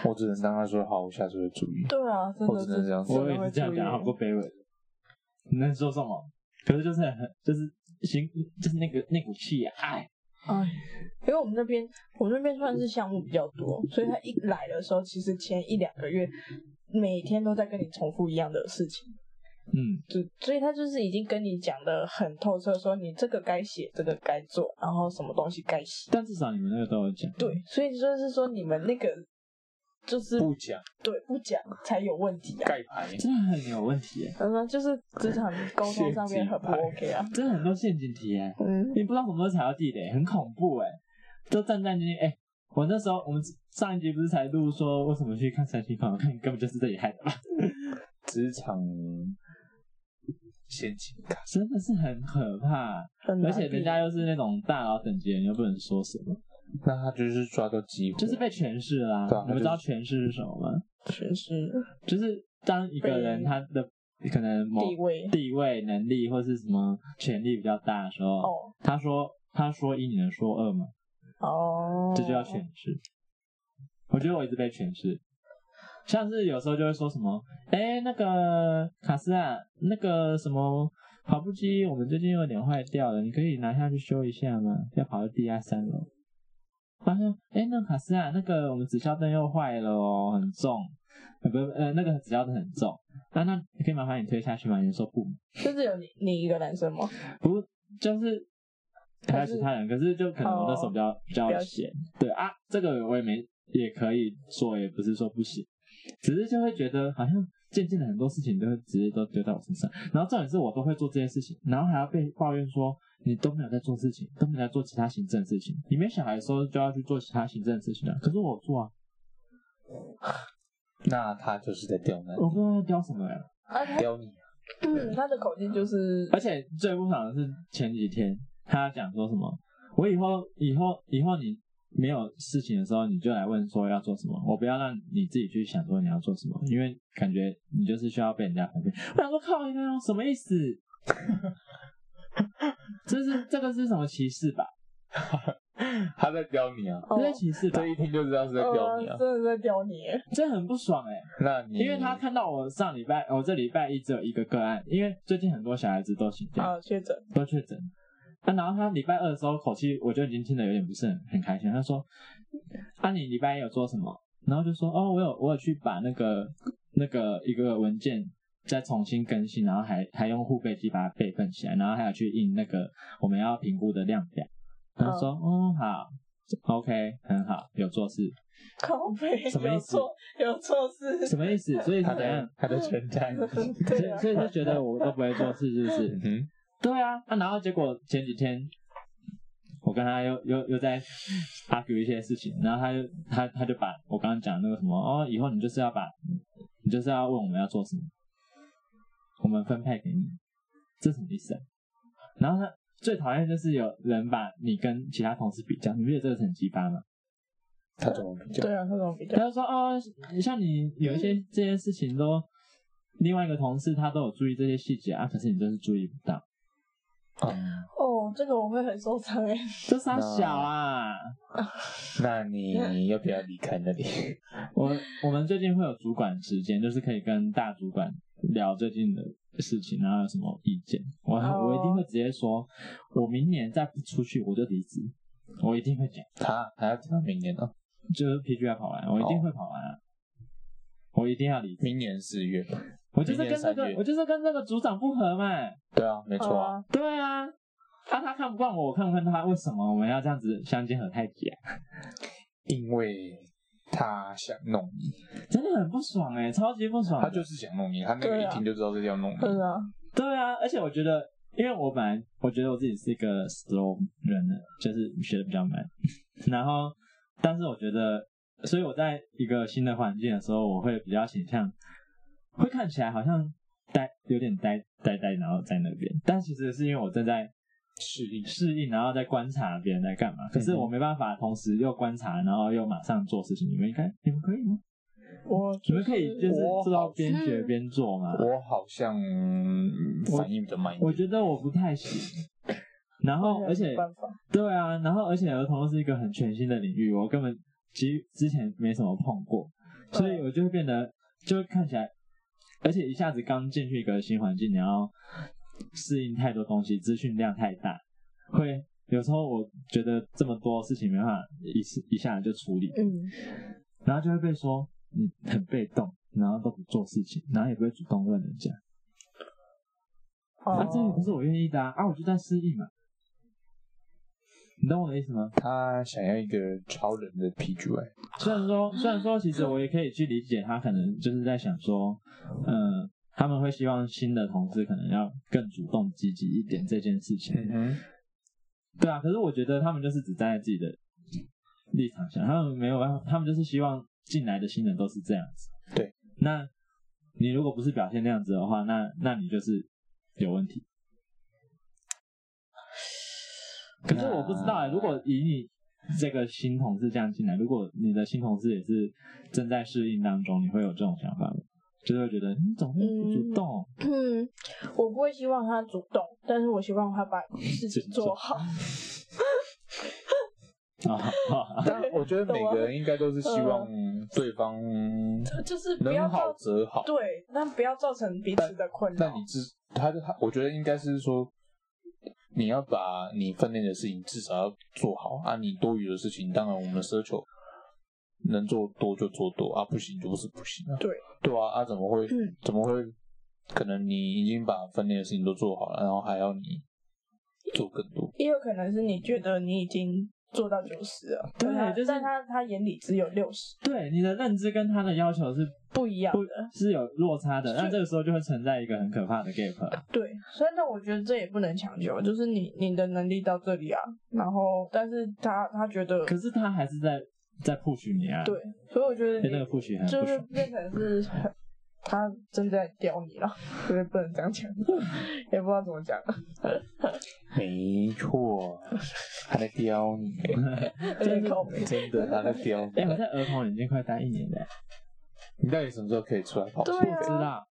C: 我只能当他说好，我下次会注意。
B: 对啊，真
C: 我
B: 的
C: 只能这样说
A: 我也是这样讲，好
B: 不
A: 过卑微。你能说什么？可是就是很就是行，就是那个那股气啊！哎，
B: 哎，因为我们那边我们那边算是项目比较多，所以他一来的时候，其实前一两个月每天都在跟你重复一样的事情，
A: 嗯，
B: 就所以他就是已经跟你讲的很透彻，说你这个该写，这个该做，然后什么东西该写。嗯
A: 但至少你们那个都有讲。
B: 对，所以就是说你们那个就是
C: 不讲
B: 对不讲才有问题啊。
C: 盖牌，
A: 真的很有问题耶，
B: 嗯，就是职场沟通上面很不 OK 啊。
A: 真的很多陷阱题耶，
B: 嗯，
A: 你不知道什么时候踩到地雷，很恐怖哎，都战战兢兢哎。我那时候我们上一集不是才录说为什么去看三星看，我看你根本就是这里害的啊吧，
C: 职场陷阱卡，
A: 真的是很可怕，
C: 嗯
B: 很难
A: 而且人家又是那种大佬等级的人，又不能说什么，
C: 那他就是抓到机会，
A: 就是被诠释啦、
C: 对啊
A: 你们知道诠释是什么吗？
B: 确实
A: 就是当一个人
B: 被
A: 他的可能某
B: 地位
A: 地位、能力或是什么权力比较大的时候，
B: 哦
A: 他说他说一，你能说二吗？
B: 哦，
A: 这就叫诠释。我觉得我一直被诠释，像是有时候就会说什么，哎，那个卡斯啊，那个什么跑步机，我们最近有点坏掉了，你可以拿下去修一下吗？要跑到地下三楼。他说，哎，那卡斯啊，那个我们紫校灯又坏了哦，很重，呃，不，呃，那个紫校灯很重。那那你可以麻烦你推下去吗？你就说不，
B: 就是有你你一个男生吗？
A: 不就是还有
B: 但是
A: 其他人，可是就可能我那时候比较、比较
B: 比较
A: 闲，对啊，这个我也没也可以做，也不是说不行，只是就会觉得好像渐渐的很多事情都会直接都丢在我身上，然后重点是我都会做这些事情，然后还要被抱怨说你都没有在做事情，都没有在做其他行政事情，你没小孩的时候就要去做其他行政事情了，可是我有做啊，
C: 那他就是在刁难，
A: 我不知道在雕什么呀、
B: 啊，他
C: 刁你。
B: 嗯，他的口径就是
A: 而且最不爽的是前几天他讲说什么，我以后以后以后你没有事情的时候，你就来问说要做什么，我不要让你自己去想说你要做什么，因为感觉你就是需要被人家分辨。我想说靠一个什么意思？ 这是这个是什么歧视吧？
C: 他在刁你啊，
B: 哦
A: 这是歧视吧
C: 这？一听就知道是在刁你
B: 呃
C: 啊。
B: 真的在刁你耶。
A: 这很不爽哎、
C: 那你
A: 哦因为他看到我上礼拜，我这礼拜一只有一个个案，因为最近很多小孩子都请假，
B: 啊，确诊，
A: 都确诊。啊，然后他礼拜二的时候口气，我就已经听得有点不是很很开心。他说：“啊，你礼拜一有做什么？”然后就说：“哦，我有我有去把那个那个一个文件再重新更新，然后还还用互背机把它备份起来，然后还有去印那个我们要评估的量表。”他说：“哦，好，OK，很好，有做事，
B: 靠背
A: 什么意
B: 有
A: 思
B: 错有错事，
A: 什么意思？所以
C: 他
A: 是怎
C: 在
A: 样？
C: 他在称 赞你，
A: 所
B: 对
A: 以
B: 啊，
A: 所以就觉得我都不会做事，是不是？”
C: 嗯哼，
A: 对啊，啊，然后结果前几天我跟他又又又在 argue 一些事情，然后他就他他就把我刚刚讲的那个什么哦，以后你就是要把你就是要问我们要做什么，我们分配给你，这什么意思啊？然后他最讨厌就是有人把你跟其他同事比较，你不觉得这个是很鸡巴吗？
C: 他怎么 比较？
B: 对啊，那种比较
A: 他就说哦，像你有一些
C: 嗯
A: 这些事情都。另外一个同事他都有注意这些细节啊，可是你就是注意不到，
C: 嗯，
B: 哦，这个我会很受伤哎。
A: 这傻小啊！
C: 那你要不要离开那里？
A: 我我们最近会有主管时间，就是可以跟大主管聊最近的事情，然后有什么意见，我、
B: 哦
A: 我一定会直接说，我明年再不出去我就离职，我一定会讲，
C: 他还要等到明年哦呢，
A: 就是 PGI 跑
C: 哦
A: 完，我一定会跑完、啊，我一定要离职，
C: 明年四月。
A: 我就是跟
C: 明年
A: 那
C: 三
A: 个
C: 月
A: 我就是跟那个组长不合嘛，哦
C: 对啊，没错啊，
B: 啊，
A: 对啊，啊，他看不惯我，我看不惯他，为什么我们要这样子相煎何太急啊？
C: 因为他想弄你，
A: 真的很不爽哎、超级不爽。
C: 他就是想弄你，他那个
B: 对
C: 一
B: 啊
C: 听就知道是要弄你。
B: 对啊，
A: 对啊，而且我觉得，因为我本来我觉得我自己是一个 slow 人呢，就是学的比较慢，然后但是我觉得，所以我在一个新的环境的时候，我会比较倾向，会看起来好像呆，有点呆呆呆，然后在那边，但其实是因为我正在。
C: 适应嗯
A: 适应，然后再观察别人在干嘛。可是我没办法，同时又观察，然后又马上做事情。你们应该，你们可以吗？
B: 我
A: 你们可以就是
C: 我
A: 做到边学
B: 嗯
A: 边做吗？
C: 我好像嗯反应比较慢一
A: 我觉
C: 点，
A: 得我不太行。然后，哦而且
B: 没办法，
A: 对啊，然后而且儿童是一个很全新的领域，我根本其实之前没什么碰过，所以我就会变得就会看起来，而且一下子刚进去一个新环境，你要适应太多东西，资讯量太大，会有时候我觉得这么多事情没办法一次一下子就处理，
B: 嗯，
A: 然后就会被说你很被动，然后都不做事情，然后也不会主动问人家，啊，这也不
B: 哦，
A: 是我愿意的啊，啊，我就在适应嘛，你懂我的意思吗？
C: 他想要一个超人的欸 PGY，
A: 虽然说，虽然说，其实我也可以去理解他，可能就是在想说，呃，他们会希望新的同事可能要更主动积极一点这件事情。
C: 哼，
A: 对啊，可是我觉得他们就是只站在自己的立场想，他们没有办法，他们就是希望进来的新人都是这样子。
C: 对，
A: 那你如果不是表现那样子的话，那那你就是有问题。可是我不知道、欸，
C: 那
A: 如果以你这个新同事这样进来，如果你的新同事也是正在适应当中，你会有这种想法吗？就是会觉得你怎么会不主动？
B: 嗯，我不会希望他主动，但是我希望他把事情做好。
A: 啊、 啊
C: 但我觉得每个人应该都是希
B: 啊
C: 望对方
B: 就是不要
C: 能好
B: 造
C: 则好。
B: 对，但嗯不要造成彼此的困
C: 那
B: 扰。
C: 你至他他，我觉得应该是说，你要把你分内的事情至少要做好啊。你多余的事情，当然我们的奢求能做多就做多啊，不行就是不行啊。
B: 对
C: 对啊，啊怎么会、
B: 嗯
C: 怎么会？可能你已经把分内的事情都做好了，然后还要你做更多。
B: 也有可能是你觉得你已经做到九十了，啊
A: 对啊
B: 但他
A: 就是
B: 在他他眼里只有六十，
A: 对，你的认知跟他的要求是
B: 不一样
A: 不
B: 的。
A: 是有落差的，
B: 是
A: 那这个时候就会存在一个很可怕的 gap 啊。
B: 对，所以那我觉得这也不能强求，就是你你的能力到这里啊，然后但是他他觉得
A: 可是他还是在在 push 你啊，
B: 对，，所以我觉得
A: 被那
B: 你
A: 个 push 很
B: 就
A: 不
B: 是
A: 爽。
B: 变成是很他正在屌你了， 就是不能这 样讲，也不知道怎么讲。
C: 没错，他在刁你，
B: 真的靠北
C: 真的他在刁
A: 哎、我
C: 你。
A: 在儿童已经快待一年了，
C: 你到底什么时候可以出来跑步？
B: 对啊
A: 知道？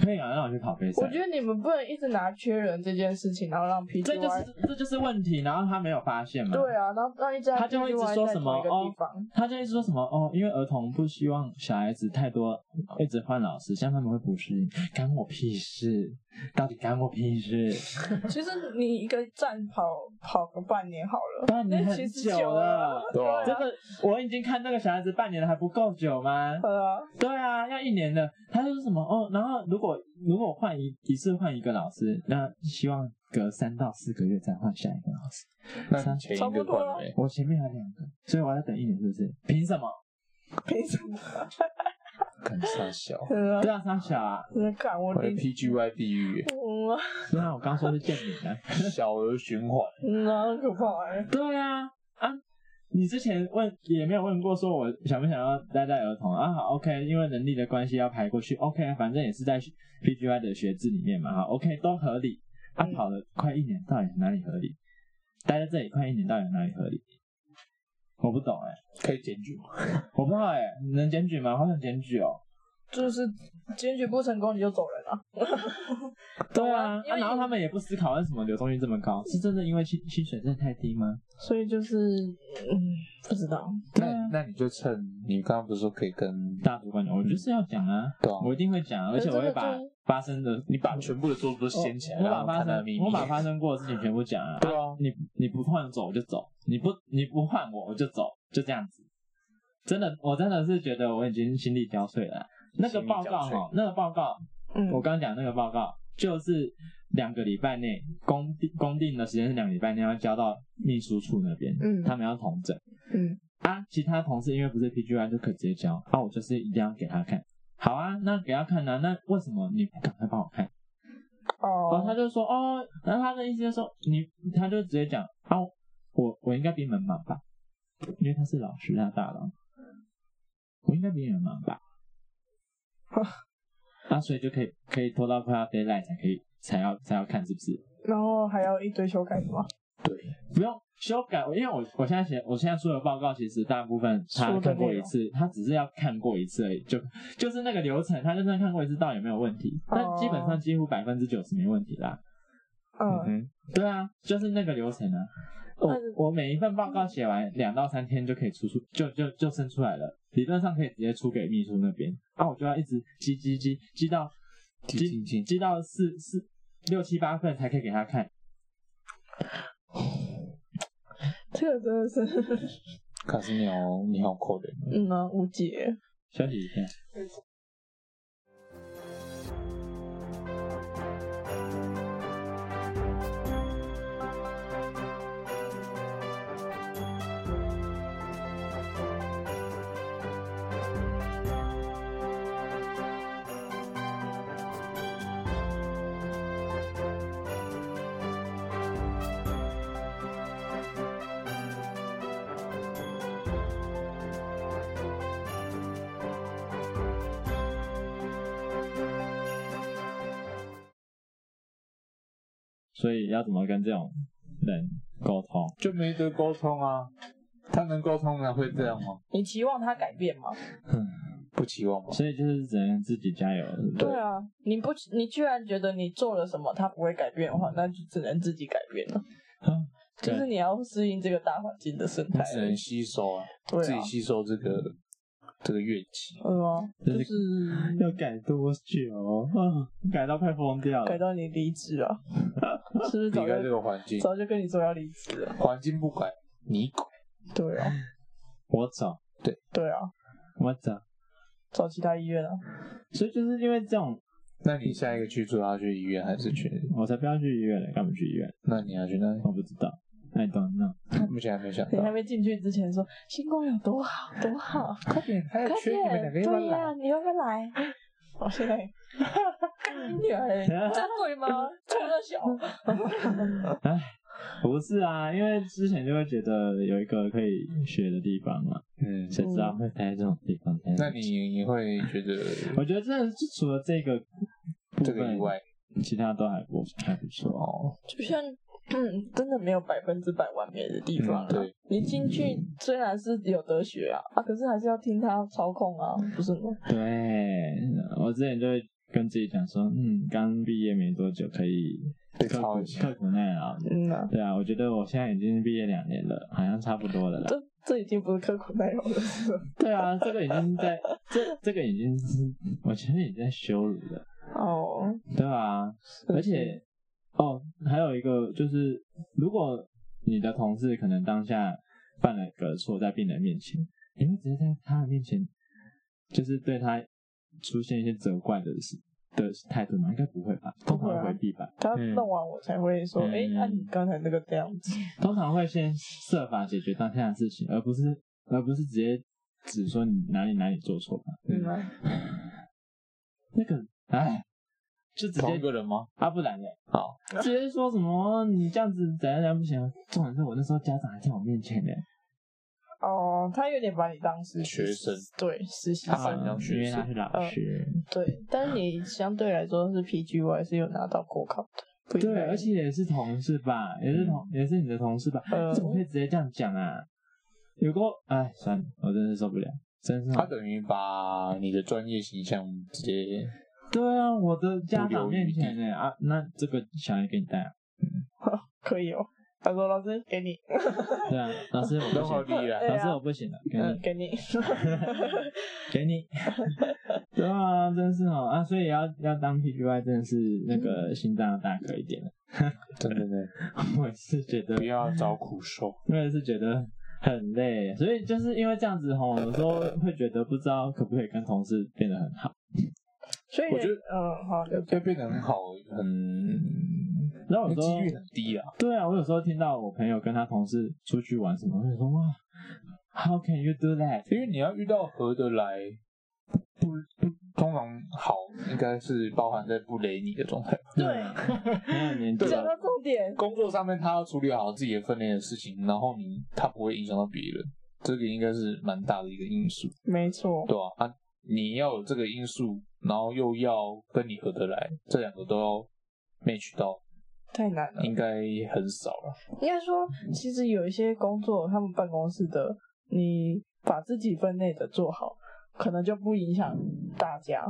A: 可以啊，让我去跑杯赛
B: 我。觉得你们不能一直拿缺人这件事情，然后让 P G
A: 这
B: Y
A: 就是这就是问题，然后他没有发现嘛？
B: 啊对啊，然后让一家
A: 他就会一直说什么
B: 一个
A: 哦
B: 地方，
A: 他就一直说什么哦，因为儿童不希望小孩子太多，一直换老师，这样他们会不适应，干我屁事！到底干我屁事？
B: 其实你一个站跑跑个半年好了，
A: 半年
B: 那
A: 很
B: 其实
A: 久
B: 久
A: 了
B: 了，
C: 对啊
A: 这个我已经看那个小孩子半年了，还不够久吗？
B: 呃、啊，
A: 对啊，要一年的。他就是什么哦，然后如果如果换一一次换一个老师，那希望隔三到四个月再换下一个老师。
C: 那你前一
B: 差不
C: 个
B: 多
C: 换
B: 啊
C: 了没？
A: 我前面还有两个，所以我还要等一年，是不是？凭什么？
B: 凭什么？
C: 看傻 小。
B: 呃、啊，
A: 对啊，三小啊，
B: 真的看我
C: 我的
B: 你，
C: PGY 地 狱，
B: 嗯啊，
A: 对啊，我刚说是见你啊。
C: 小额循环。
B: 嗯啊，很可怕哎、
A: 对啊，啊，你之前问也没有问过，说我想不想要待在儿童啊？好，OK，因为能力的关系要排过去，OK，反正也是在 PGY 的学制里面嘛，哈，OK，都合理。啊，
B: 嗯
A: 跑了快一年，到底哪里合理？待在这里快一年，到底哪里合理？我不懂哎、
C: 可以检举吗？
A: 我不知道哎、你能检举吗？好想检举哦。
B: 就是检举不成功你就走人啊了。
A: 对啊，
B: 因为嗯
A: 啊
B: 你
A: 然后他们也不思考为什么流动率这么高，是真的因为薪薪水真的太低吗？
B: 所以就是，嗯，不知道，
A: 对
C: 那
A: 啊
C: 那你就趁你刚刚不是说可以跟
A: 大主管，我就是要讲啊，
C: 对啊
A: 我一定会讲，而且我会
B: 嗯可
A: 把
B: 是这个就
A: 发生的
C: 你把全部的桌子都掀起来，
A: 我
C: 然
A: 把
C: 后
A: 哦发
C: 看他的
A: 生
C: 秘密
A: 我。把发生过的事情全部讲啊。
C: 对啊
A: 你你不换走我就走，你不你不换我我就走，就这样子。真的，我真的是觉得我已经心力交瘁了啊。那个报告
C: 心力交
A: 哈，那个报告，
B: 嗯，
A: 我刚讲那个报告，就是两个礼拜内公定公定的时间是两个礼拜内要交到秘书处那边，
D: 嗯
A: 他们要同整
D: 嗯
A: 啊。其他同事因为不是 PGY 就可以直接交，啊，我就是一定要给他看。好啊，那给他看啊，那为什么你不赶快帮我看？然后他
B: 哦，
A: 就说哦，然后他的意思就是说你，他就直接讲啊，我我应该比你们忙吧，因为他是老师，他大佬，我应该比你们忙吧，啊，所以就可以可以拖到快要 d a y l i g h t 才可以才要才要看是不是？
B: 然后还要一堆修改的吗？
A: 不用修改，我因为我我现在写我现在出的报告，其实大部分他
B: 出的
A: 看过
B: 内
A: 一
B: 容
A: 次，他只是要看过一次而已，就就是那个流程，他就算看过一次，到底有没有问题？
B: 哦
A: 但基本上几乎百分之九十没问题啦。
B: 嗯，
C: 嗯
A: 对啊，就是那个流程啊。我我每一份报告写完两到三天就可以出出就就就生出来了，理论上可以直接出给秘书那边。啊，我就要一直积积积积到
C: 积积积
A: 积到四四六七八份才可以给他看。
B: 这个真的是，
C: 哼，卡斯鸟你好可怜。
B: 嗯啊，无解。
A: 休息一下。所以要怎么跟这种人沟通？
C: 就没得沟通啊。他能沟通的会这样吗？
B: 你期望他改变吗？
C: 不期望吧。
A: 所以就是只能自己加油。是不是
B: 对啊，你不，你居然觉得你做了什么他不会改变的话，那就只能自己改变了。
A: 嗯
B: 就
A: 对
B: 是你要适应这个大环境的生
C: 你
B: 态，
C: 只能吸收啊，
B: 对啊
C: 自己吸收这个这个乐器。
B: 嗯啊，就
A: 就是
B: 是
A: 要改多久？啊，改到快疯掉
B: 改
A: 了。
B: 到你离职 啊，是不是
C: 离
B: 早
C: 开这
B: 就
C: 个环境，
B: 早就跟你说要离职了？
C: 环境不改，你改。
B: 对啊，
A: 我走，
B: 对啊，
A: 我走。
B: 找其他医院啊，
A: 所以就是因为这种，
C: 那你下一个去做，要去医院还是去？
B: 嗯
A: 我才不要去医院呢，干嘛去医院？
C: 那你要去那里？
A: 我不知道，I don't know。
C: 目前还没想
B: 你
C: 到
B: 还。没进去之前说新工有多好多好，
C: 快点，还
B: 快
C: 有缺你们
B: 点，
C: 两个要不
B: 对
C: 要
B: 呀、
C: 来？
B: 你要不要来？ 我 现在，干你娘欸这对吗？冲着小，
A: 不是啊，因为之前就会觉得有一个可以学的地方嘛，
C: 嗯，
A: 谁知道会待在这种地方？
C: 那你你会觉得
A: 我觉得真的是除了这个部
C: 这个以
A: 分，
C: 外，
A: 其他都还不还不错。
C: 哦，
B: 就像。嗯， 真的没有百分之百完美的地方、啊
C: 嗯对，
B: 你进去虽然是有得学啊，啊，可是还是要听他操控啊，不是吗？
A: 对，我之前就会跟自己讲说，嗯，刚毕业没多久，可以
C: 被
A: 刻
C: 操
A: 苦
C: 一下
A: 刻苦耐劳。
B: 嗯啊，
A: 对啊，我觉得我现在已经毕业两年了，好像差不多了啦。
B: 这这已经不是刻苦耐劳 的事了。
A: 对啊，这个已经在这这个已经是我觉得已经在羞辱了，
B: 哦，
A: 对啊，
B: 是
A: 而且哦，还有一个就是，如果你的同事可能当下犯了个错，在病人面前，你会直接在他的面前，就是对他出现一些责怪的事的态度吗？应该不会吧，通常
B: 不会
A: 会
B: 啊
A: 回避吧，
B: 他
C: 嗯
B: 弄完我才会说，
C: 嗯
B: 哎、那、你刚才那个这样子，
A: 通常会先设法解决当下的事情，而不是而不是直接只说你哪里哪里做错吧。
B: 嗯啊，
A: 那个，哎，就直
C: 同一
A: 接
C: 个人吗？
A: 啊，不然嘞，
C: 好，
A: 直接说什么你这样子怎样怎样不行。啊重点是我那时候家长还在我面前呢，
B: 哦，他有点把你当实习
C: 学生，啊
B: 对，实习
C: 他把
B: 生
C: 你，当
A: 因
C: 学
A: 为他
C: 生，
A: 是老师，
B: 对，但是你相对来说是 PGY 是有拿到国考的，不应
A: 对，
B: 该
A: 而且也是同事吧，也是同也是你的同事吧，
B: 呃
A: 你怎么可以直接这样讲啊？有个，哎，算了，我真是受不了，真是
C: 他等于把你的专业形象直接
A: 对啊，我的家长
C: 不留
A: 面
C: 余地
A: 前呢啊，那这个小孩给你带啊，
B: 可以哦。他说老师给你，
A: 对啊，老师我不
C: 都好
A: 行，
C: 厉害。
B: 对啊
A: 老师我不行了，给
B: 嗯
A: 你，
B: 给你，
A: 给你。对啊，真是哦啊，所以要要当 PGY 真的是那个心脏要大颗一点了。
C: 真的呢，
A: 我是觉得
C: 不，要找苦受。
A: 我也是觉得很累，所以就是因为这样子吼，有时候会觉得不知道可不可以跟同事变得很好。
B: 所以
C: 我觉得
B: 嗯，好，
C: 要要变得很好，很
A: 然嗯后我
C: 那几
A: 说，
C: 率很低啊。
A: 对啊，我有时候听到我朋友跟他同事出去玩什么，我就说哇，How can you do that？
C: 因为你要遇到合得来，不不，通常好应该是包含在不雷你的状态。
B: 对
C: 嗯
A: 没有年纪
B: 讲
A: 了，
B: 到重点，
C: 工作上面他要处理好自己的分内的事情，然后你他不会影响到别人，这个应该是蛮大的一个因素，
B: 没错，
C: 对吧、啊？你要有这个因素，然后又要跟你合得来，这两个都要 match 到，
B: 太难了。
C: 应该很少了。
B: 应该说，其实有一些工作，他们办公室的，你把自己分内的做好，可能就不影响大家。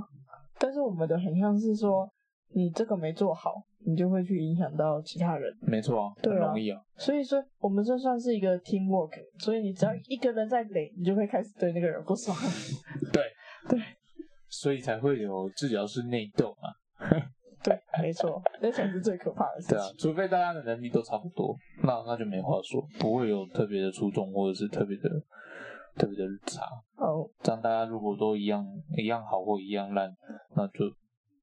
B: 但是我们的很像是说，你这个没做好，你就会去影响到其他人。
C: 没错啊，
B: 对
C: 很
B: 啊
C: 容易啊。
B: 所以说，我们这算是一个 team work。所以你只要一个人在累，你就会开始对那个人不爽。
C: 所以才会有治疗室内斗啊嘛，
B: 对，没错，那才是最可怕的事
C: 对啊
B: 情。，
C: 除非大家的能力都差不多，那那就没话说，不会有特别的出众或者是特别的特别的差。
B: 哦，
C: 这样大家如果都一样一样好或一样烂，那就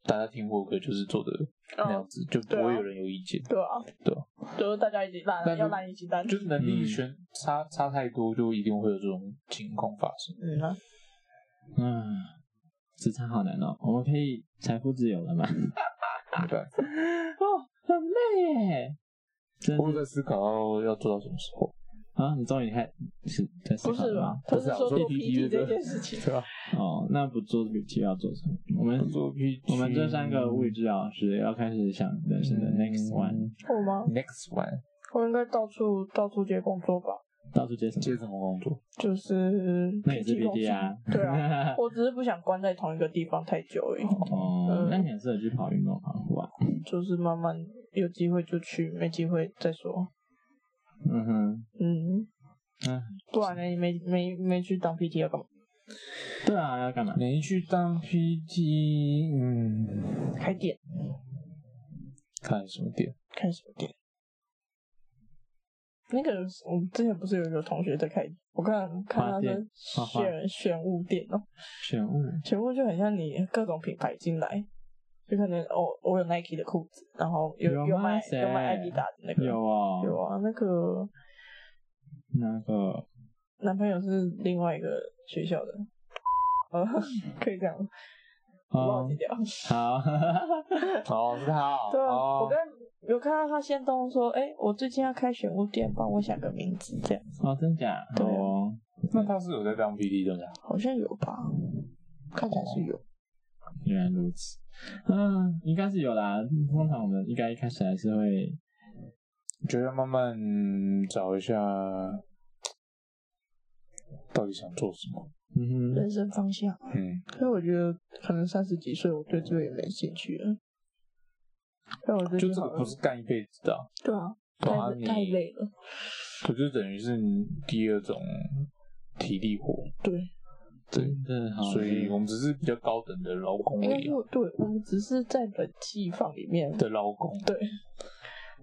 C: 大家听过歌就是做的那样子，就不
B: 对啊
C: 会有人有意见。
B: 对啊，
C: 对啊，
B: 就是大家一起
C: 那
B: 烂，
C: 如
B: 要烂一起烂。
C: 就是能力
A: 嗯
C: 悬差差太多，就一定会有这种情况发生。
B: 嗯啊，
A: 嗯，职场好难哦。我们可以财富自由了吗？
C: 明白？
A: 哦， 很累耶，真
C: 我有
A: 的
C: 在思考要做到什么时候，
A: 啊！你终于开始在思
B: 不
A: 考
B: 是
A: 了
B: 吧
A: 吗？？
B: 他
C: 不是
B: 是
C: 啊
B: 说
C: 我说
B: 做
C: PPT
B: PT 这
C: 的
B: 件事 情。
C: 对吧？
A: 哦，那不做笔记要做什么？我们
C: 啊做 P，
A: 我们这三个物理治疗师要开始想人生
B: 嗯
A: 的 next one，
B: 我吗？
C: 嗯 Next one，
B: 我应该到处到处接工作吧，
A: 到处接什么？
C: 接什么工作？
B: 就是
A: 那也是
B: PT 公
A: BD
B: 司
A: 啊
B: 对 啊，我只是不想关在同一个地方太久而已，嗯
A: 哦，那你很适合去跑运动跑步啊。
B: 就是慢慢有机会就去，没机会再说。
A: 嗯哼，
B: 嗯
A: 唉，
B: 不然呢？你没没没去当 PT 要干嘛？
A: 对啊，要干嘛？
C: 你去当 PT，嗯，
B: 开店，
C: 看什么店？
B: 开什么店？那个我之前不是有一个同学在开，我看看
A: 花
B: 他
A: 店
B: 的
A: 花花
B: 选选物店哦，
A: 选物。
B: 全部就很像你各种品牌进来，就可能哦，我有 Nike 的裤子，然后有
A: 有
B: 有卖
A: 卖谁
B: 有卖艾迪达的那个，
A: 有哦，
B: 有啊，那个
A: 那个
B: 男朋友是另外一个学校的，呃， 可以这样，我忘
A: 哦
B: 记，掉。
A: 好，
C: 哦，是他哦。
B: 对啊，
C: 哦
B: 我刚有看到他先动说，哎、我最近要开选物店，帮我想个名字，这样
A: 哦，真假？
B: 对
A: 好
B: 啊
A: 哦，
C: 那他是有在当 PT 的呀？
B: 好像有吧，看起来是有。啊
A: 原来如此。嗯，应该是有啦。通常我们应该一开始还是会，
C: 觉得慢慢找一下，到底想做什么？
A: 嗯哼，
B: 人生方向，
C: 嗯，
B: 可是我觉得可能三十几岁，我对这个也没兴趣了。但我最
C: 就
B: 近
C: 这
B: 好
C: 个不
B: 像
C: 是干一辈子的啊、
B: 对啊，
C: 对啊
B: 太
C: 你
B: 太累了。
C: 可就等于是你第二种体力活，
B: 对，
C: 对，
A: 真的好。
C: 所以我们只是比较高等的劳工
B: 应
C: 而
B: 该
C: 已
B: 是
C: 啊、
B: 哎我对我们只是在冷气房里面，
C: 的劳工。
B: 对，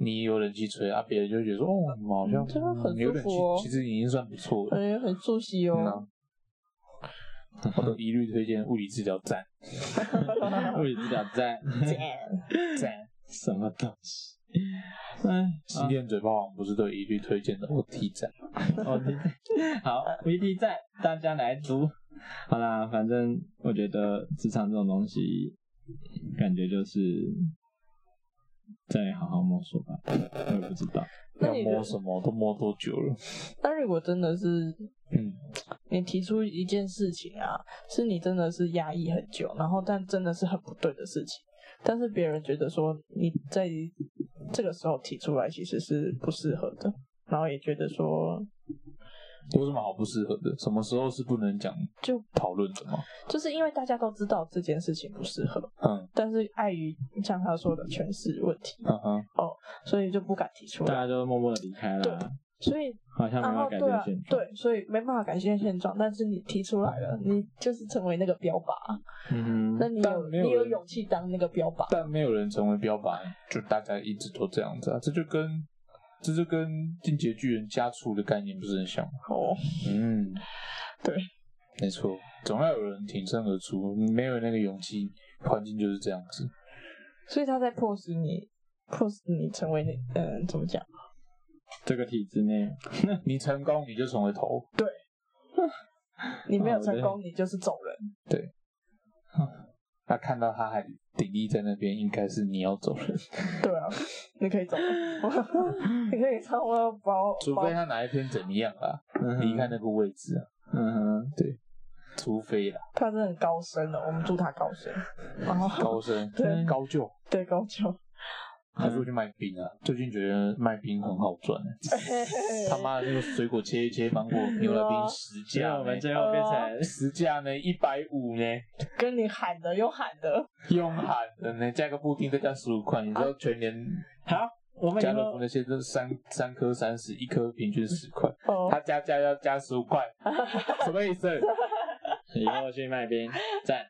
C: 你有冷气吹啊，别人就会觉得说，哦，你们好像
B: 嗯这个很
C: 嗯有冷
B: 舒服哦
C: 气，其实已经算不错了。
B: 哎，很熟悉哦。
C: 嗯啊我都一律推荐物理治疗 站，
B: 嗯啊
A: 物理治疗在
C: 站
A: 什么东西？哎，
C: 新店嘴巴王不是都一律推荐的 OT 站？
A: 哦，你好，VT 在，大家来读。好啦，反正我觉得职场这种东西，感觉就是再好好摸索吧，我也不知道。
B: 那
C: 要
B: 你
C: 摸
B: 的
C: 什么都摸多久了？
B: 那如果真的是
C: 嗯，
B: 你提出一件事情啊，是你真的是压抑很久，然后但真的是很不对的事情，但是别人觉得说你在这个时候提出来其实是不适合的，然后也觉得说
C: 有什么好不适合的？什么时候是不能讲
B: 就
C: 讨论的吗？
B: 就是因为大家都知道这件事情不适合，
C: 嗯
B: 但是碍于像他说的权势问题，
C: 嗯哼，
B: 所以就不敢提出
A: 大
B: 来，
A: 家就默默的离开
B: 对
A: 了，
B: 所以
A: 好像没
B: 然
A: 办
B: 后
A: 法改
B: 对
A: 变
B: 啊
A: 现，状。
B: 对，所以没办法改变现状，但是你提出来了，你就是成为那个标靶，啊
A: 嗯
B: 那
A: 哼，
B: 你
C: 但
B: 有
C: 没有
B: 你有
C: 人啊
B: 勇气当那个标靶，
C: 但没有人成为标靶，就大家一直都这样子啊，这就跟这就跟进阶巨人加粗的概念不是很像吗？
B: 哦，
C: 嗯，
B: 对，
C: 没错，总要有人挺身而出，没有那个勇气环境就是这样子。
B: 所以他在 pose 你，pose 你成为那嗯、怎么讲？
A: 这个体制内，
C: 你成功，你就成为头。
B: 你没有
C: 啊
A: 哦
B: 成
A: 对
B: 功，你就是走人。
C: 那看到他还顶立在那边，应该是你要走人，
A: 哦
B: 对啊，你可以走 了，你可以差不多包
C: 除
B: 包
C: 非他哪一天怎么样啦，
A: 嗯哼
C: 离开那个位置啊，
A: 嗯哼，
C: 除非啦，
B: 他真的很高深的，我们祝他高深。然
A: 哦
B: 后
C: 高升
B: 对
C: 高
A: 嗯
C: 就，
B: 对高就，
C: 还是我去卖冰啊。最近觉得卖冰很好赚欸， 他妈的那个水果切一切，芒果牛奶冰十
A: 结果
C: 价
A: 啊我们
C: 呢，
A: 最后变成
C: 十价呢一百五呢，
B: 跟你喊的又喊的，
C: 用喊的呢，加个布丁再加十五块，你知道全年
A: 好，我啊们以
C: 家乐福
A: 后
C: 那些都是三三颗三十，一颗平均十块，
B: 哦，
C: 他加加要加十 五块，什么意思？
A: 以后去卖冰，赞，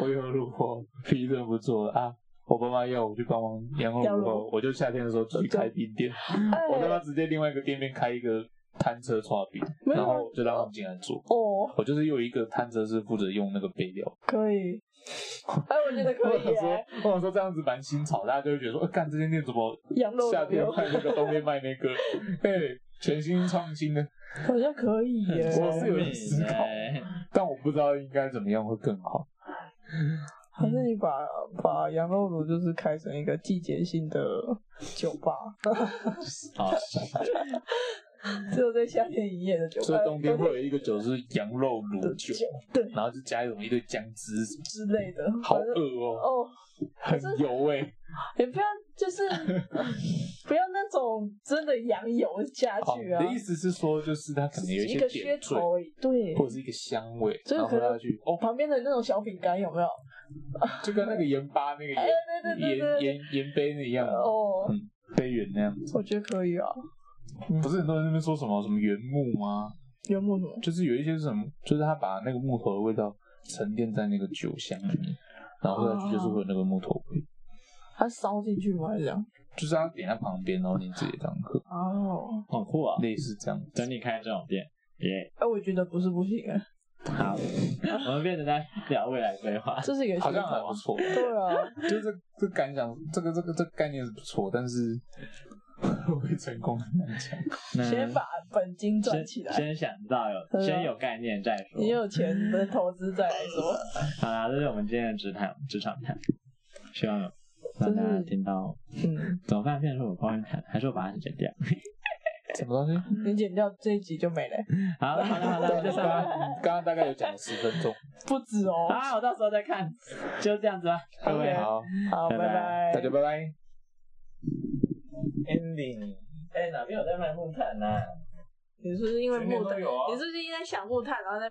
C: 我有如果皮真不错啊，我爸妈要我去帮忙羊肉
B: 羊
C: 炉
B: 肉
C: 后，我就夏天的时候去开冰店，
B: 哎
C: 我他妈直接另外一个店面开一个摊车串冰，
B: 没有
C: 然后就让他们进来做。
B: 哦，
C: 我就是有一个摊车是负责用那个杯料，
B: 可以，
E: 哎，我觉得
C: 我
E: 可
C: 想
E: 以
C: 说
E: 耶，，
C: 我想说这样子蛮新潮，大家就会觉得说，呃干、这间店怎么
B: 羊肉
C: 夏天
B: 炉
C: 卖那个，冬天卖那个，哎、全新创新的，
B: 好像可以耶，
C: 我是有点思考
A: 哎
C: 但我不知道应该怎么样会更好。
B: 还是你把把羊肉炉就是开成一个季节性的酒吧，
A: 好，
B: 只有在夏天营业的酒
C: 所
B: 吧
C: 以，冬天会有一个酒是羊肉卤酒，
B: 对
C: 然后就加一种一堆酱汁，
B: 之类的，
C: 好
B: 反正
C: 饿哦，
B: 哦，
C: 很油哎、
B: 也不要就是 不要那种真的羊油下
C: 好，
B: 去
C: 你
B: 啊，
C: 的意思是说，就是它可能有
B: 一
C: 些
B: 个
C: 点
B: 噱
C: 缀，
B: 头而已，对，
C: 或者是一个香味，
B: 所以
C: 然后
B: 可能
C: 它去哦，
B: 旁边的那种小饼干有没有？
C: 就跟那个盐巴那个
B: 哎，
C: 盐
B: 对对对
C: 盐
B: 对，
C: 盐盐杯那一样啊，
B: 哦，
C: 杯圆那样子。
B: 我觉得可以啊，
C: 不是很多人在那边说什么什么原木吗？
B: 原木什么？
C: 就是有一些是什么，就是他把那个木头的味道沉淀在那个酒香里面，然后喝下去就是会有那个木头味。
B: 它烧进去吗？还是这样？
C: 就是他点在旁边，然后你自己这样喝，
B: 哦，
A: 好酷啊！
C: 类似这样子。
A: 等你开这种店，耶，
B: 哎，我觉得不是不行哎，
A: 好，我们变成在聊未来规划，
B: 这是一个
C: 好
B: 噱
C: 像
B: 头
C: 还
B: 啊
C: 不，错，
B: 对啊。
C: 就这这感想，这个这个这个概念是不错，但是会不会成功很难讲。
A: 那
B: 先把本金赚
A: 先
B: 起来，
A: 先想到有
B: 对啊
A: 先有概念再说
B: 你。有钱能投资再来说。
A: 好啦，这是我们今天的职场职场谈，希望有让大家听到。
B: 嗯，
A: 怎么办？变成是我抱怨谈，还是我把它剪掉？
C: 什么东西？
B: 嗯你剪掉这一集就没了，
A: 好了好了好了，我就啊
C: 刚
A: 上 班。
C: 刚刚刚大概有讲了十分钟，
B: 不止哦。
A: 啊，我到时候再看，就这样子吧，各位
B: OK
C: 好，
B: 好，
A: 拜
B: 拜
A: 拜
B: 拜。
C: 大家拜拜。Ending。
A: 哎、哪边有在卖木炭呢、
B: 你是不是因为
C: 全年
B: 木
C: 都
B: 炭？
C: 有啊
B: 你是不是因为想木炭，然后在